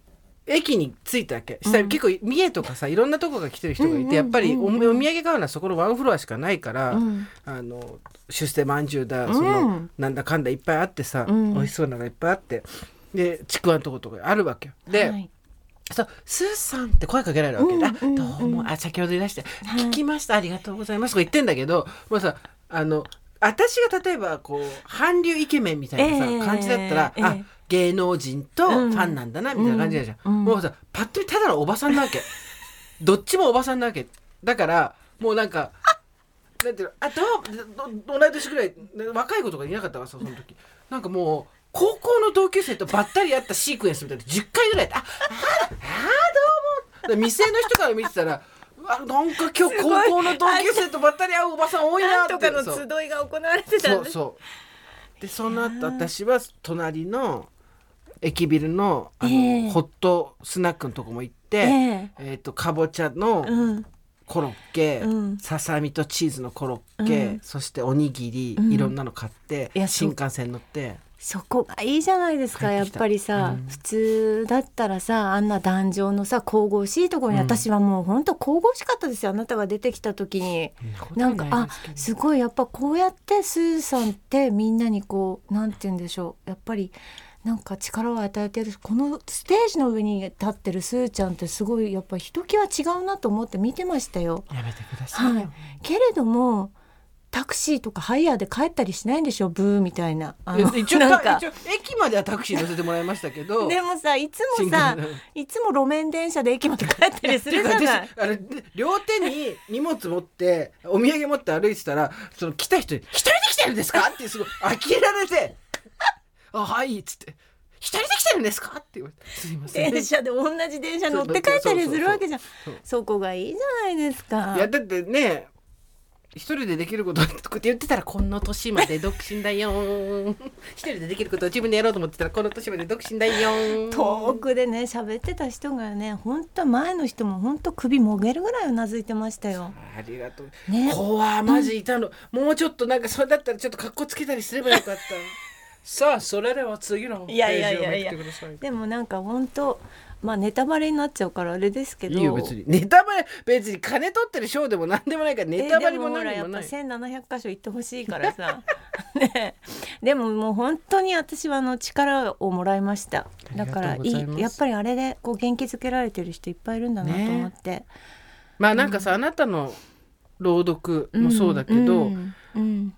S1: 駅に着いたわけ下、結構三重とかさいろんなとこが来てる人がいて、
S2: うんうん
S1: やっぱりお,、
S2: うん
S1: お土産買うのはそこのワンフロアしかないから、
S2: うん
S1: あの出世まんじゅうだ
S2: うん
S1: その、なんだかんだいっぱいあってさ、
S2: うん
S1: 美味しそうなのがいっぱいあってでちくわのとことかあるわけよ。で、
S2: はい
S1: そうスーさんって声かけられるわけ、
S2: うん
S1: あ
S2: うん
S1: どうも、
S2: うん
S1: あ先ほどいらして「
S2: はい
S1: 聞きましたありがとうございます」とか言ってんだけどもうさあの私が例えばこう韓流イケメンみたいなさ、
S2: ええ
S1: 感じだったら、
S2: ええ
S1: あ芸能人とファンなんだなみたいな感じだじゃん、
S2: うんうん
S1: もうさパッと見ただのおばさんなわけどっちもおばさんなわけだからもうなんか。なんていうのあどうど同い年ぐらい若い子とかいなかったからさその時なんかもう高校の同級生とばったり会ったシークエンスみたいな10回ぐらいやってあああーどうも店の人から見てたらうわなんか今日高校の同級生とばったり会うおばさん多いな
S2: な
S1: っ
S2: ん
S1: て
S2: とかの
S1: そう
S2: 集いが行われてた
S1: そ
S2: ん
S1: う
S2: です
S1: そうでその後私は隣の駅ビルのあの、
S2: ええ
S1: ホットスナックのとこも行って、え
S2: え
S1: っとかぼちゃの、
S2: うん
S1: コロッケ、
S2: うん
S1: ささみとチーズのコロッケ、
S2: うん
S1: そしておにぎり、
S2: うん
S1: いろんなの買って
S2: いやそう
S1: 新幹線乗って
S2: そこがいいじゃないですか
S1: 帰っ
S2: や
S1: て
S2: っ
S1: きた
S2: ぱりさ、
S1: うん
S2: 普通だったらさあんな壇上のさ神々しいところに、
S1: うん
S2: 私はもう本当神々しかったですよあなたが出てきた時に。なんかあすごいやっぱこうやってスーさんってみんなにこうなんて言うんでしょうやっぱりなんか力を与えてるこのステージの上に立ってるスーちゃんってすごいやっぱひときわ違うなと思って見てましたよ。
S1: やめてください、
S2: はい、けれどもタクシーとかハイヤーで帰ったりしないんでしょブーみたいな。あ
S1: いや
S2: の
S1: 一応
S2: なんか
S1: 一応駅まではタクシー乗せてもらいましたけど
S2: でもさいつも
S1: 新
S2: さ
S1: 幹線
S2: いつも路面電車で駅まで帰ったりするじゃ
S1: て
S2: な
S1: か
S2: い
S1: 私。あの両手に荷物持ってお土産持って歩いてたらその来た人に「一人で来てるんですか?」ってすごい呆れられて「あはい」っつって「一人で来てるんですか?」って言われて「すいません」
S2: 電車で同じ電車乗って帰ったりするわけじゃん
S1: そうそうそうそう
S2: そこがいいじゃないですか
S1: いやだってね一人でできることって言ってたらこの年まで独身だよーん 一人でできることを自分でやろうと思ってたらこの年まで独身だよーん
S2: 遠くでね喋ってた人がね本当前の人も本当首もげるぐらいうなずいてましたよ。
S1: ありがとう
S2: ね
S1: 怖マジいたの、もうちょっとなんかそれだったらちょっと格好つけたりすればよかった さあそれでは次のペ
S2: いやい
S1: ー
S2: や
S1: ジ
S2: い
S1: を
S2: や
S1: め
S2: い
S1: くっ
S2: や
S1: てください
S2: でもなんか本当まあネタバレになっちゃうからあれですけど。
S1: いいよ別にネタバレ別に金取ってるショーでもなんでもないからネタバレ
S2: えでも
S1: も何でも
S2: ほら
S1: な
S2: や
S1: い
S2: っぱ1700箇所行ってほしいから さねえでももう本当に私はあの力をもらいましただから
S1: あ
S2: い
S1: りがとうございます
S2: いやっぱりあれでこう元気づけられてる人いっぱいいるんだなと思って、
S1: まあなんかさ、あなたの朗読もそうだけど、
S2: うんうん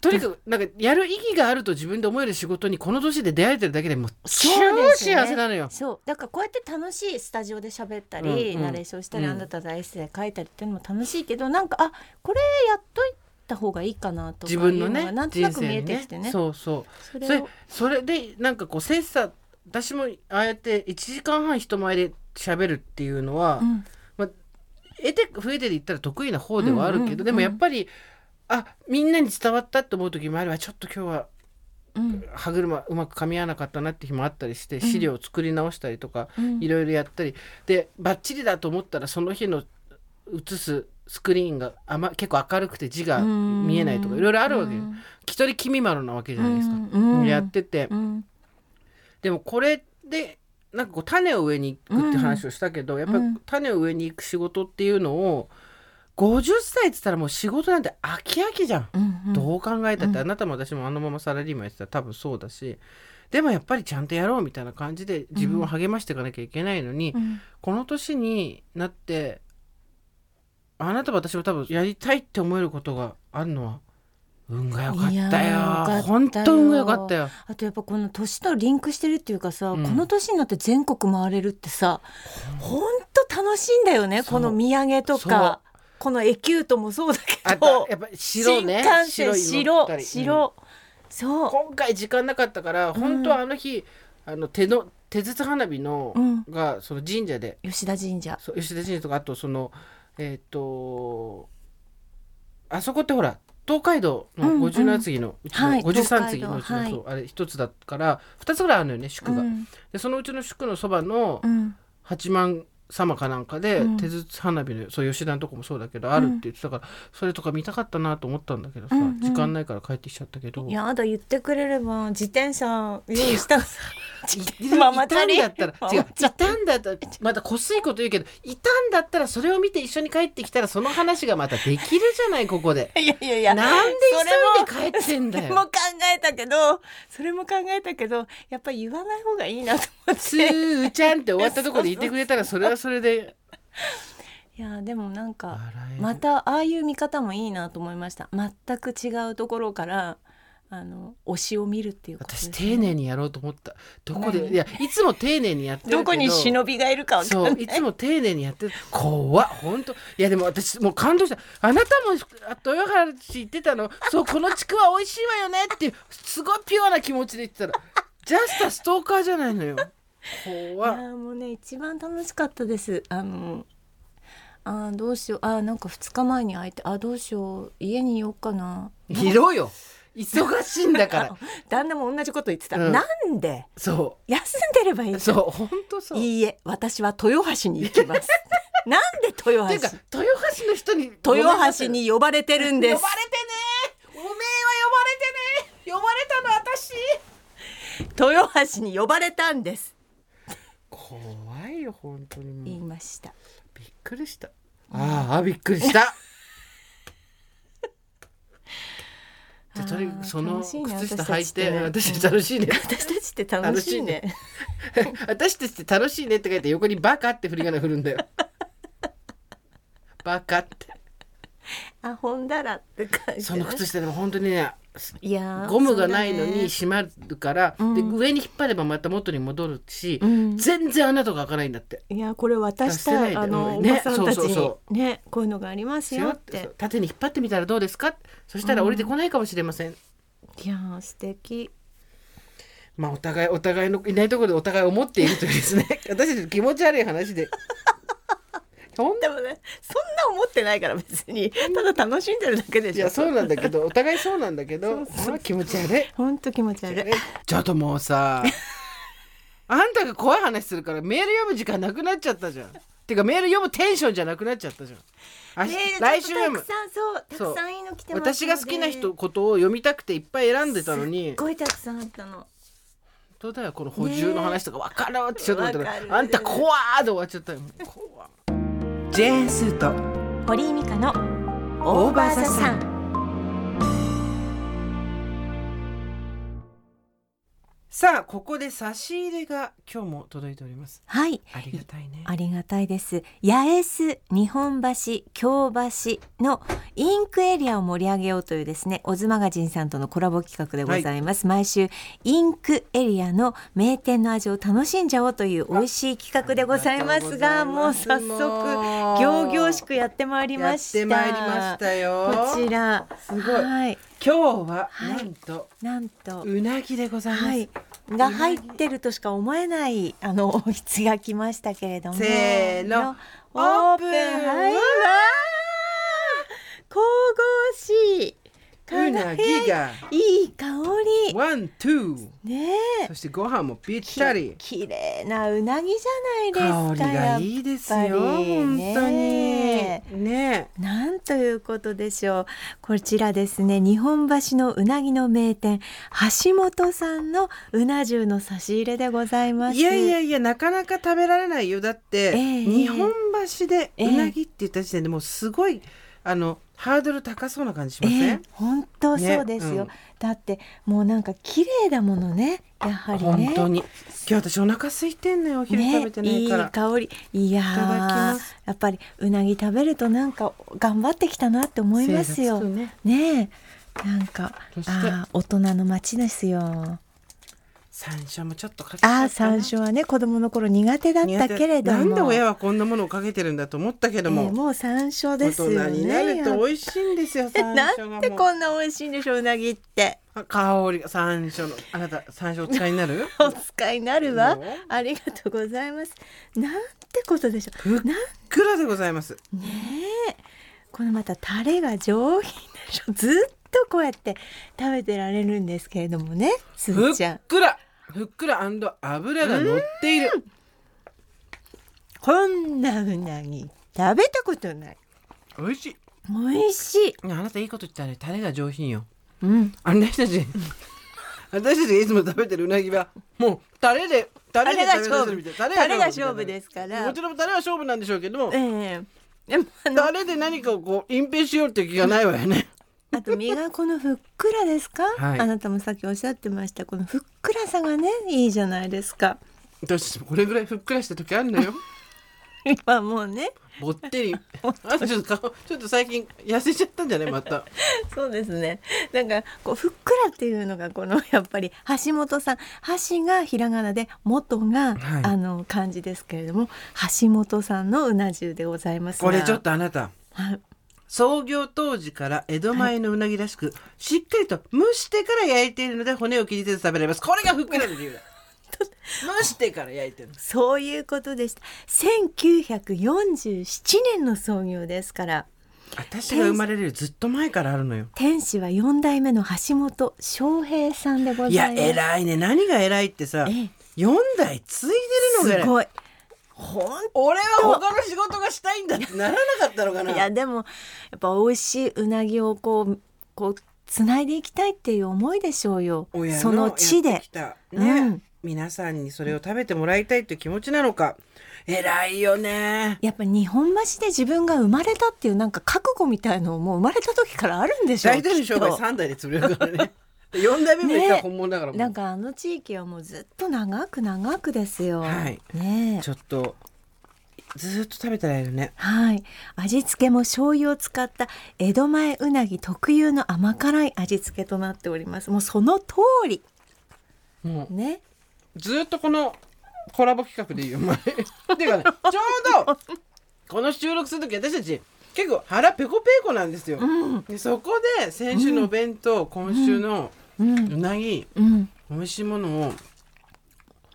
S1: とにかくなんかやる意義があると自分で思える仕事にこの年で出会えてるだけでもう超
S2: そうですね
S1: 幸せなのよ。
S2: そうだからこうやって楽しいスタジオで喋ったり、
S1: うんうん
S2: ナレーションしたり、
S1: うん
S2: あなたのエッセイ書いたりっていうのも楽しいけどなんかあこれやっといた方がいいかなとかい
S1: 自
S2: う
S1: 分の
S2: が
S1: ね
S2: なんとな
S1: 人
S2: く見
S1: 生
S2: え
S1: に
S2: てきてね
S1: そうそう
S2: そ
S1: そ
S2: れ
S1: れ
S2: を
S1: それでなんかこう切磋私もああやって1時間半人前で喋るっていうのは、
S2: うん
S1: 得て増えてで言ったら得意な方ではあるけど、
S2: うんうんうん
S1: でもやっぱりあみんなに伝わったって思う時もあればちょっと今日は
S2: うん
S1: 歯車うまく噛み合わなかったなって日もあったりして
S2: ん
S1: 資料を作り直したりとか、
S2: うん
S1: いろいろやったりでバッチリだと思ったらその日の映すスクリーンがあ、ま、結構明るくて字が見えないとかいろいろあるわけよ。一人君まろなわけじゃないですか。
S2: うん
S1: やってて
S2: うん
S1: でもこれでなんかこう種を植えに行くって話をしたけど、やっぱり
S2: うん
S1: 種を植えに行く仕事っていうのを50歳っつったらもう仕事なんて飽き飽きじゃん。
S2: うんうん
S1: どう考えたって、
S2: うん
S1: あなたも私もあのままサラリーマンやってたら多分そうだしでもやっぱりちゃんとやろうみたいな感じで自分を励ましていかなきゃいけないのに、
S2: うん
S1: この年になってあなたも私も多分やりたいって思えることがあるのは運が良かっ
S2: いや
S1: た
S2: ー
S1: よ
S2: よかったよ
S1: 本当運が良かったよ
S2: あとやっぱこの年とリンクしてるっていうかさ、
S1: うん
S2: この年になって全国回れるってさ本当楽しいんだよね
S1: そう
S2: この土産とかこのエキュートもそうだけ
S1: あと
S2: ど
S1: やっぱり白ね
S2: 新幹線
S1: いの乗った
S2: 白
S1: り
S2: 白、
S1: うん
S2: そう、
S1: 今回時間なかったから本当はあの日、あの手の手筒花火の、
S2: うん、
S1: がその神社で
S2: 吉田神社
S1: そう吉田神社とかあとそのえっ、とあそこってほら東海道
S2: うんう
S1: の
S2: ん
S1: 五十七次のうちの、
S2: はい
S1: 五十三次のうち
S2: 東
S1: の、
S2: 海
S1: そ
S2: 道
S1: うあれ一つだから二つぐらいあるのよね宿
S2: う
S1: が、
S2: ん
S1: でそのうちの宿のそばの
S2: うん
S1: 八幡様かなんかで、
S2: うん
S1: 手筒花火のそう吉田のとこもそうだけどあるって言ってたから、それとか見たかったなと思ったんだけどさ、
S2: うんうん
S1: 時間ないから帰ってきちゃったけど
S2: いやだ言ってくれれば自転車用意した
S1: いた
S2: ママ
S1: ん
S2: チャリ
S1: だったら違う
S2: ママチャ
S1: いたんだったらまたこすいこと言うけどいたんだったらそれを見て一緒に帰ってきたらその話がまたできるじゃないここで。
S2: いやいやいや
S1: なんで急いで帰ってん
S2: そ
S1: だ
S2: れも
S1: よ。
S2: 考えたけどそれも考えたけどやっぱり言わない方がいいなと思っ
S1: つ
S2: て
S1: ーちゃんって終わったところで言ってくれたらそれはそれで
S2: いやでもなんか
S1: 笑える
S2: またああいう見方もいいなと思いました全く違うところからあの推しを見るっていうことです
S1: 私
S2: ね
S1: 丁寧にやろうと思ったどこで
S2: 何
S1: いやいつも丁寧にやってるけど
S2: どこに忍びがいるかわかんな
S1: そ
S2: いう
S1: いつも丁寧にやってる怖っ本当いやでも私もう感動したあなたもあ豊原市行ってたのそうこのちくわ美味しいわよねっていうすごいピュアな気持ちで言ってたらジャスタストーカーじゃないのよ
S2: いや
S1: 怖っ
S2: ーもうね一番楽しかったですあのあーどうしようあーなんか2日前に会えてあーどうしよう家にいようかない
S1: ろよ忙しいんだから
S2: 旦那も同じこと言ってた、
S1: うん
S2: なんで
S1: そ
S2: 休んでればいいうじゃん
S1: そう本当そう
S2: いいえ私は豊橋に行きます なんで豊
S1: っていうか
S2: 橋
S1: 豊橋の人に
S2: 豊橋に呼ばれてるんで
S1: 呼ばれてね
S2: す
S1: おめえは呼ばれてね呼ばれたの私
S2: 豊橋に呼ばれたんです
S1: 怖いよ本当にもう
S2: 言いました
S1: びっくりしたああびっく りしたじゃあとにかくその
S2: 楽しいね
S1: 靴下履いて私
S2: 私
S1: た
S2: た
S1: ち
S2: ち
S1: 楽しい ね
S2: 私たちって楽しいね
S1: 私たちって楽しいねって書いて横にバカって振り仮名振 るんだよバカって
S2: あほんだらって感じ
S1: その靴下でも本当にね
S2: いやー
S1: ゴムがないの
S2: そうだ
S1: に
S2: ね
S1: 締まるから、
S2: うん
S1: で上に引っ張ればまた元に戻るし、
S2: うん
S1: 全然穴とか開かないんだって。
S2: いやこれ渡し
S1: 出せないで
S2: たあの、
S1: うんね
S2: おばさんたち
S1: そうそうそ
S2: にねこういうのがありますよって
S1: そう縦に引っ張ってみたらどうですかそしたら降りてこないかもしれません、
S2: いやー素敵
S1: まあお互い お互いのいないところでお互い思っているというですね私たち気持ち悪い話でとん
S2: でもねそんな思ってないから別にただ楽しんでるだけで
S1: い
S2: しょ
S1: やそうなんだけどお互いそうなんだけど
S2: そうそう
S1: まあ気持ち悪い
S2: 本当気持ち悪い
S1: ちょっともうさ あんたが怖い話するからメール読む時間なくなっちゃったじゃんてかメール読むテンションじゃなくなっちゃったじゃんあし
S2: ねえ
S1: 来週
S2: ちょっとた
S1: 読む
S2: くさんそうた
S1: そう
S2: くさんいいの来てます
S1: 私が好きな人
S2: ので
S1: ことを読みたくていっぱい選んでたの
S2: す
S1: に
S2: っごいたくさんあったの
S1: どうだよこの補充の話とか分からんってちょっと思った
S2: わからる
S1: あんた怖ーで終わっちゃったよ怖ージェーンスーと
S2: 堀井美香の
S1: オーバーザさ
S2: ん
S1: さあここで差し入れが今日も届いております
S2: はい
S1: ありがたいね
S2: ありがたいです八重洲日本橋京橋のインクエリアを盛り上げようというですねオズマガジンさんとのコラボ企画でございます、毎週インクエリアの名店の味を楽しんじゃおうという美味しい企画でございますが
S1: あり
S2: もう
S1: がと
S2: 早速
S1: うございます
S2: 行々しくやってまいり
S1: や
S2: ま
S1: っ
S2: した
S1: てまいりましたよ
S2: こちら
S1: すごい
S2: はい
S1: 今日は
S2: はい
S1: なんと、
S2: なんと
S1: うなぎでございます、
S2: はいが入ってるとしか思えないあのおひつが来ましたけれども
S1: せーの
S2: オープン
S1: オープン
S2: はい
S1: わー
S2: わー神々しいう
S1: なぎが
S2: いい香り
S1: ワン、ツー
S2: ねえ
S1: そしてご飯もぴっ
S2: き
S1: たり
S2: 綺麗なうなぎじゃない
S1: 香
S2: です
S1: り
S2: か
S1: がいいですよ
S2: やっぱり
S1: 本
S2: ね
S1: 当にね
S2: なんということでしょう。こちらですね、日本橋のうなぎの名店、橋本さんのうな重の差し入れでございます。
S1: いやいやいやなかなか食べられないよだって、
S2: ええ
S1: 日本橋でうなぎって言った時点でもうすごいあのハードル高そうな感じしません、
S2: ええ本当
S1: ね
S2: そうですよ、
S1: うん
S2: だってもうなんか綺麗だものねやはりね
S1: 本当に今日私お腹空いてんのよお昼
S2: ね
S1: 食べてない
S2: いい
S1: から、
S2: 香りいやー
S1: いただきます
S2: やっぱりうなぎ食べるとなんか頑張ってきたなって思います
S1: 精がつく
S2: よ
S1: ね
S2: ねえなんか
S1: そして
S2: あー大人の街ですよ
S1: 山椒もちょっとかけちゃった
S2: あ
S1: な
S2: ー山椒はね子供の頃苦手だったけれども
S1: なんで親はこんなものをかけてるんだと思ったけど
S2: ええ
S1: も、
S2: もう山椒
S1: 大
S2: ですよね
S1: 人になると美味しいんですよ山椒がもう
S2: なんでこんな美味しいんでしょううなぎって
S1: あ香りが山椒のあなた山椒お使いに なる
S2: お使いになるわ
S1: もう。
S2: ありがとうございます。なんてことでしょ
S1: ふっ
S2: う。なん
S1: くらでございます
S2: ねえ。このまたタレが上品でしょ。 ずっとこうやって食べてられるんですけれどもね。す
S1: ふ
S2: ず
S1: っ
S2: ちゃん。
S1: くらふっくら油が乗っている
S2: こんなうなぎ食べたことない。
S1: 美味しい
S2: 美味しい。
S1: あなたいいこと言ったねタレが上品よ
S2: うん。
S1: あ私 たち私たちがいつも食べてるうなぎはもうタレでタ
S2: タ
S1: レ
S2: レ
S1: で
S2: が
S1: 食べさ
S2: 勝
S1: せる
S2: 負
S1: みたい。
S2: タレが勝負ですか
S1: も
S2: ら
S1: ち。ろんタレは勝負なんでしょうけども
S2: ええでもあの
S1: タレで何かをこう隠蔽しようって気がないわよね
S2: あと身がこのふっくらですか、
S1: はい
S2: あなたもさっきおっしゃってましたこのふっくらさがねいいじゃないですか
S1: 私これぐらいふっくらした時あるのよ
S2: 今もうね
S1: ぼってりあとちょっと顔ちょっと最近痩せちゃったんじゃないまた
S2: そうですね。なんかこうふっくらっていうのがこの やっぱり橋本さん、橋がひらがなで元が、
S1: はい
S2: あの漢字ですけれども、橋本さんのうな重でございますが。
S1: これちょっとあなた
S2: はい。
S1: 創業当時から江戸前のうなぎらしく、しっかりと蒸してから焼いているので骨を切りせず食べられますこれがふっくらの理由だ蒸してから焼いてるの
S2: そういうことでした。1947年の創業ですから。
S1: 私が生まれるよりずっと前からあるのよ
S2: 天使は四代目の橋本翔平さんでござい
S1: いや
S2: ます。
S1: 偉いね何が偉いってさ、
S2: ええ
S1: 四代継いでるのが偉
S2: す
S1: い
S2: ごい。ほん
S1: 俺は他の仕事がしたいんだってならなかったのかない
S2: やでもやっぱ美味しいうなぎをこうこうつないでいきたいっていう思いでしょうよ
S1: 親
S2: その地
S1: やっ
S2: で
S1: てきたね、
S2: うん
S1: 皆さんにそれを食べてもらいたいという気持ちなのか偉いよね
S2: やっぱ日本橋で自分が生まれたっていうなんか覚悟みたいのもう生まれた時からあるんでしょう
S1: 大体の商売
S2: きっと
S1: 3代で潰れるからね 4代目もいったら本物だからもう
S2: なんかあの地域はもうずっと長く長くですよ、
S1: はい
S2: ねえ
S1: ちょっとずーっと食べてられるね
S2: はい味付けも醤油を使った江戸前うなぎ特有の甘辛い味付けとなっておりますもうその通り
S1: もう
S2: ね
S1: ずーっとこのコラボ企画でいいよお 前てかねちょうどこの収録する時私たち結構腹ペコペコなんですよ、
S2: うん
S1: でそこで先週のお弁当、今週の
S2: うん
S1: うなぎ、
S2: うん
S1: 美味しいものを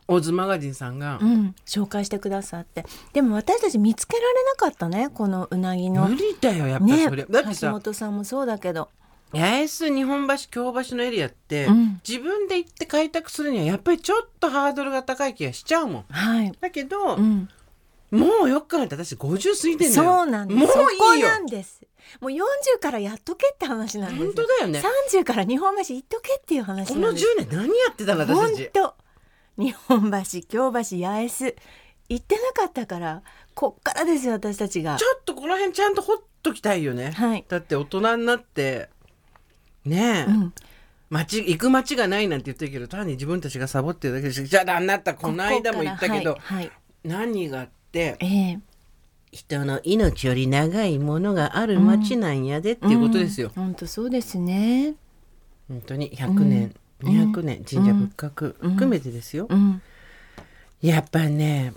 S1: オズマガジンさんが
S2: う、ん、紹介してくださってでも私たち見つけられなかったねこのうなぎの
S1: 無理だよやっぱ
S2: ね
S1: それ、だって
S2: 橋
S1: さ
S2: 本さんもそうだけど
S1: 八重洲日本橋京橋のエリアって、
S2: うん
S1: 自分で行って開拓するにはやっぱりちょっとハードルが高い気がしちゃうもん
S2: はい、
S1: だけど、
S2: うん、
S1: もうよく考えたら私50過ぎてんだよ
S2: そうなんです
S1: もういい
S2: そこ
S1: よ
S2: なんですもう40からやっとけって話なんです
S1: 本当だよね
S2: 30から日本橋行っとけっていう話
S1: こ
S2: な
S1: の
S2: んで
S1: 10
S2: す
S1: 年何やってたの私
S2: 本
S1: たち
S2: 当日本橋京橋八重洲行ってなかったからこっからですよ私たちが
S1: ちょっとこの辺ちゃんとほっときたいよね、
S2: はい
S1: だって大人になってねえ、
S2: うん
S1: 街行く街がないなんて言ってるけど単に自分たちがサボってるだけでじゃあだになったこの間も言ったけど
S2: ここからはい、はい
S1: 何があって
S2: ええ
S1: 人の命より長いものがある街なんやでっていうことですよ、
S2: うん本当そうですね
S1: 本当に100年、200年神社仏閣含めてですよ、
S2: うん
S1: やっぱね、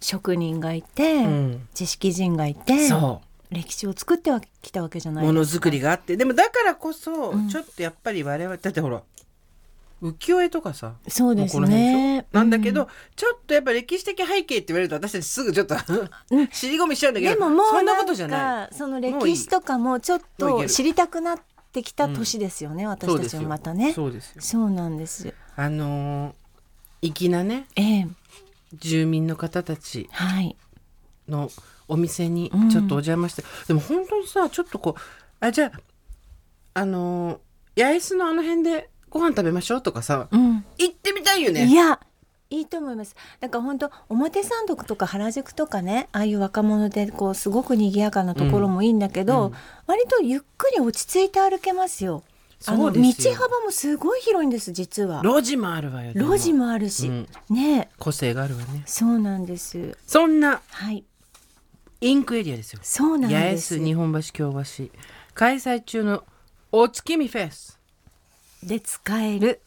S2: 職人がいて、
S1: うん、
S2: 知識人がいて
S1: そう
S2: 歴史を作ってはきたわけじゃない
S1: もの
S2: です
S1: づくりがあってでもだからこそ、
S2: うん
S1: ちょっとやっぱり我々だってほら浮世絵とかさ
S2: そうです
S1: もこの辺で
S2: ね
S1: しょなんだけど、
S2: う
S1: ちょっとやっぱ歴史的背景って言われると私たちすぐちょっと
S2: うん
S1: 尻込みしちゃうんだけど
S2: でももう
S1: そんな
S2: な
S1: こ
S2: ん
S1: とじゃない
S2: かその
S1: もういい
S2: 歴史とかもちょっ
S1: もういけ
S2: と
S1: る
S2: 知りたくなってきた年ですよね、私たちはまたねそう
S1: そうですよ
S2: なんです
S1: あのー粋なね
S2: ええ
S1: 住民の方たち
S2: はい
S1: のお店にちょっとお邪魔して、でも本当にさちょっとこうあじゃああのー八重洲のあの辺でご飯食べましょうとかさ
S2: うん
S1: 行ってみたいよね
S2: いやいいと思いますだから本当表参道とか原宿とかねああいう若者でこうすごく賑やかなところもいいんだけど、
S1: うん
S2: 割とゆっくり落ち着いて歩けますよあ
S1: そ
S2: の
S1: う
S2: 道
S1: ですよ
S2: 幅もすごい広いんです実は
S1: 路地もあるわよで
S2: 路地もあるし、
S1: うん
S2: ねえ
S1: 個性があるわね
S2: そうなんです
S1: そんな
S2: はい
S1: インクエリアですよ
S2: そうなん
S1: 八重
S2: です
S1: 洲日本橋京橋開催中のお月見フェス
S2: で使える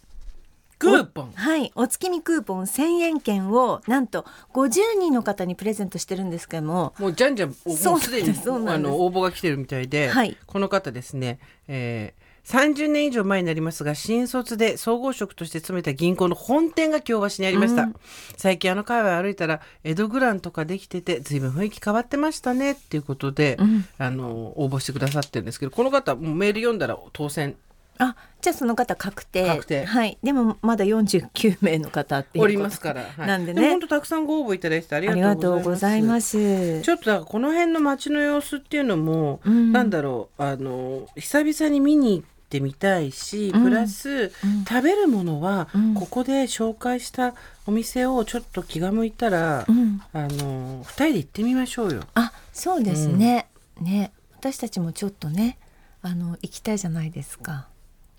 S1: クーポン
S2: はいお月見クーポン1000円券をなんと50人の方にプレゼントしてるんですけども
S1: もうじゃんじゃんお
S2: そう
S1: もうすでに
S2: そうなんです
S1: あの応募が来てるみたいで、
S2: はい
S1: この方ですね、えー、30年以上前になりますが新卒で総合職として勤めた銀行の本店が京橋にありました、最近あの界隈歩いたら江戸グランとかできてて随分雰囲気変わってましたねっていうことで、
S2: ん
S1: あの応募してくださってるんですけどこの方もうメール読んだら当選
S2: あじゃあその方確定
S1: 確定
S2: はいでもまだ49名の方っていうこ
S1: お
S2: と
S1: りますから、はい
S2: なんで
S1: も
S2: ね
S1: 本当たくさんご応募いただいてあり
S2: あり
S1: が
S2: が
S1: と
S2: と
S1: う
S2: う
S1: ご
S2: ご
S1: ざ
S2: ざ
S1: い
S2: い
S1: ま
S2: ますす
S1: ちょっとだからこの辺の街の様子っていうのも、
S2: うん
S1: なんだろうあの久々に見に行ってみたいし、
S2: うん
S1: プラス、
S2: ん
S1: 食べるものは、
S2: うん
S1: ここで紹介したお店をちょっと気が向いたら、
S2: うん
S1: あの二人で行ってみましょうよ。
S2: あそうですね、ね私たちもちょっとねあの行きたいじゃないですか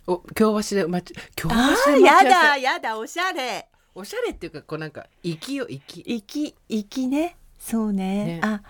S1: お京橋で待ち京橋で
S2: あー
S1: 待ち合わ
S2: や
S1: せ
S2: だやだおしゃれ
S1: おしゃれっていうかこうなんかきよき
S2: 行き行きねそうね
S1: ね
S2: あ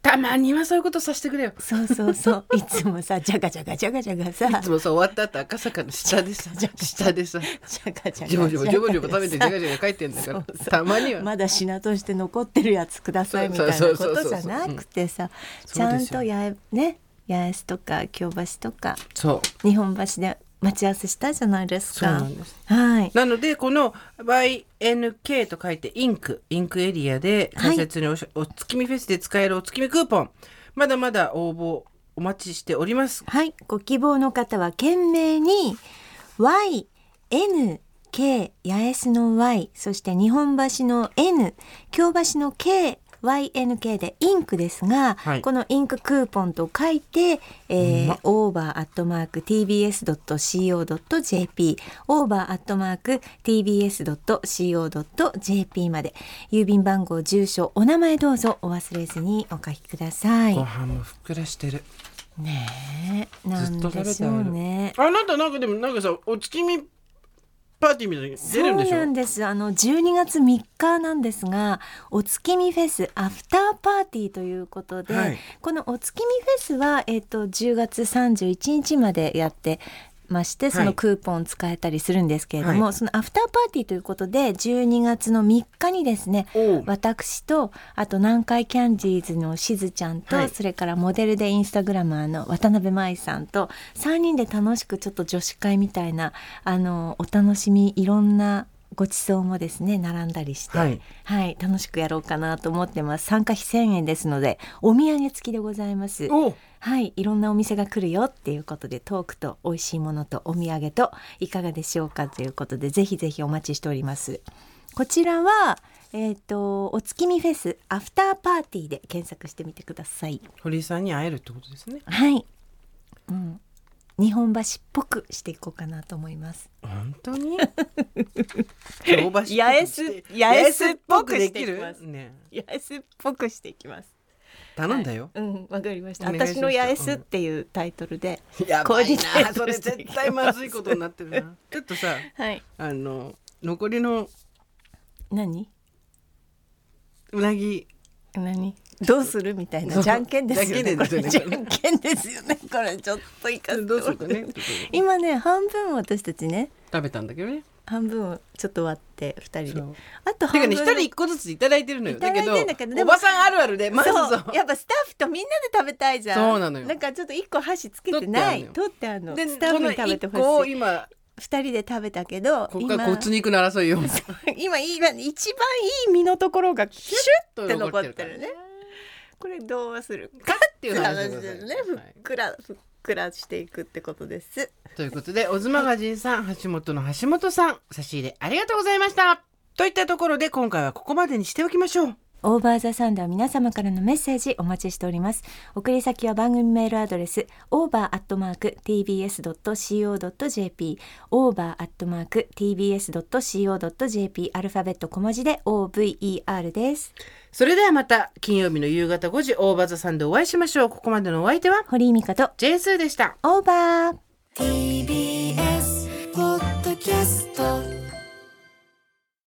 S1: たまにはそういうことさせてくれよ。
S2: そうそうそういつもさじゃがじゃがじゃがじゃがさ
S1: いつもさ終わった後赤坂の下でさ下でさ
S2: じゃがじゃが
S1: ジョボジョボジョボジョボ食べて
S2: じ
S1: ジ
S2: ゃが
S1: ャガ
S2: じ
S1: ジャガ書いてんだから
S2: そうそう
S1: たまに
S2: ゃが
S1: は、
S2: まだ品として残ってるやつくださいみたいな
S1: そう
S2: こ
S1: そうそうそう
S2: とじゃなくてさち
S1: そう
S2: ゃ
S1: で
S2: ん
S1: すよ
S2: とやえね八重洲とか京橋とか
S1: そう
S2: 日本橋で待ち合わせしたじゃないです
S1: そうな
S2: か
S1: んです
S2: はい
S1: なのでこの YNK と書いてインクインクエリアで
S2: はい
S1: 開催中におしお月見フェスで使えるお月見クーポンまだまだ応募お待ちしております
S2: はい、ご希望の方は懸命に Y N K 八重洲の Y そして日本橋の N 京橋の K YNK でインクですが、
S1: はい
S2: このインククーポンと書いて、えー、オーバーアットマーク tbs.co.jp オーバーアットマーク tbs.co.jp まで郵便番号住所お名前どうぞお忘れずにお書きください
S1: ご。飯もふっくらしてる
S2: ねえな
S1: ずっ
S2: ん
S1: と食べ
S2: でし
S1: てあげる
S2: ょうね。
S1: あなたなんかでもなんかさお月見パーティーみたいに出るんでし
S2: そうな
S1: ょ
S2: んですあの12月3日なんですがお月見フェスアフターパーティーということで、
S1: はい
S2: このお月見フェスは、えっと10月31日までやってましてそ
S1: は
S2: の
S1: い
S2: クーポン使えたりするんですけれども、
S1: は
S2: そのアフターパーティーということで12月の3日にですね
S1: おう
S2: 私とあと南海キャンディーズのしずちゃんと、
S1: はい
S2: それからモデルでインスタグラマーの渡辺舞さんと3人で楽しくちょっと女子会みたいなあのお楽しみいろんなご馳走もですね並んだりして、
S1: は
S2: はい
S1: い、
S2: 楽しくやろうかなと思ってます参加費1000円ですのでお土産付きでございます
S3: お
S2: はいいろんなお店が来るよっていうことでトークと美味しいものとお土産といかがでしょうかということでぜひぜひお待ちしておりますこちらはえっ、とお月見フェスアフターパーティーで検索してみてください
S1: 堀井さんに会えるってことですね
S2: はい、うん、日本橋っぽくしていこうかなと思います
S1: 本当 に京橋
S2: 八重洲八重洲っぽくしていきます
S1: ね
S2: 八重洲っぽくしていきます
S1: 頼んだよ、
S2: うんわかりました
S1: お願いします
S2: 私の八重洲っていうタイトルで、
S3: や
S2: ば
S3: ば
S2: い
S3: い
S2: な
S3: な
S2: そ
S3: そ
S2: れ
S3: れ
S2: 絶
S3: 絶
S2: 対
S3: 対
S2: ま
S3: ま
S2: ず
S3: ず
S2: い
S3: い
S2: こ
S3: ことと
S2: に
S3: になってるな
S1: ちょっとさ
S2: はい
S1: あの残りの
S2: 何
S1: うなぎ
S2: 何どうするみたいな
S3: そう
S2: じゃんけんですよねこれじ
S3: じ
S2: ゃ
S3: ゃ
S2: んけんですよねこれちょっといかせて
S1: どうするか
S2: もら
S1: ね
S2: う今ね半分私たちね
S1: 食べたんだけどね
S2: 半分をちょっと割って二人で
S1: そう
S2: あと
S1: だか
S2: 半
S1: ら
S2: 分
S1: ね一人一個ずついただいてるのよ
S2: いた
S1: だ
S2: だいて
S1: けど
S2: んだけどで
S3: お
S2: も
S3: ばさんあるあるでまずそう
S2: そうやっぱスタッフとみんなで食べたいじゃん
S1: そうなのよ
S2: なんかちょっと一個箸つけてない取ってあるの
S3: で
S2: スタッフに食べて
S3: この一個
S2: ほ
S3: を
S2: しい
S3: 今
S2: 二人で食べたけど
S1: ここ
S2: 今
S1: から骨肉の争 いよ
S2: 今いい今一番いい身のところがシュッて残ってるねこれどうするか
S3: っていう話でございます
S2: ねふっくらふっくらしていくってことです
S1: ということで、オズマガジンさん、橋本の橋本さん、差し入れありがとうございました。といったところで、今回はここまでにしておきましょう。
S2: オーバーザサンでは皆様からのメッセージお待ちしております送り先は番組メールアドレス over.tbs.co.jp over.tbs.co.jp アルファベット小文字で over です
S1: それではまた、金曜日の夕方5時、大場座さんでお会いしましょう。ここまでのお相手は、
S2: 堀井美香と
S1: J2 でした。
S2: オーバー
S4: TBS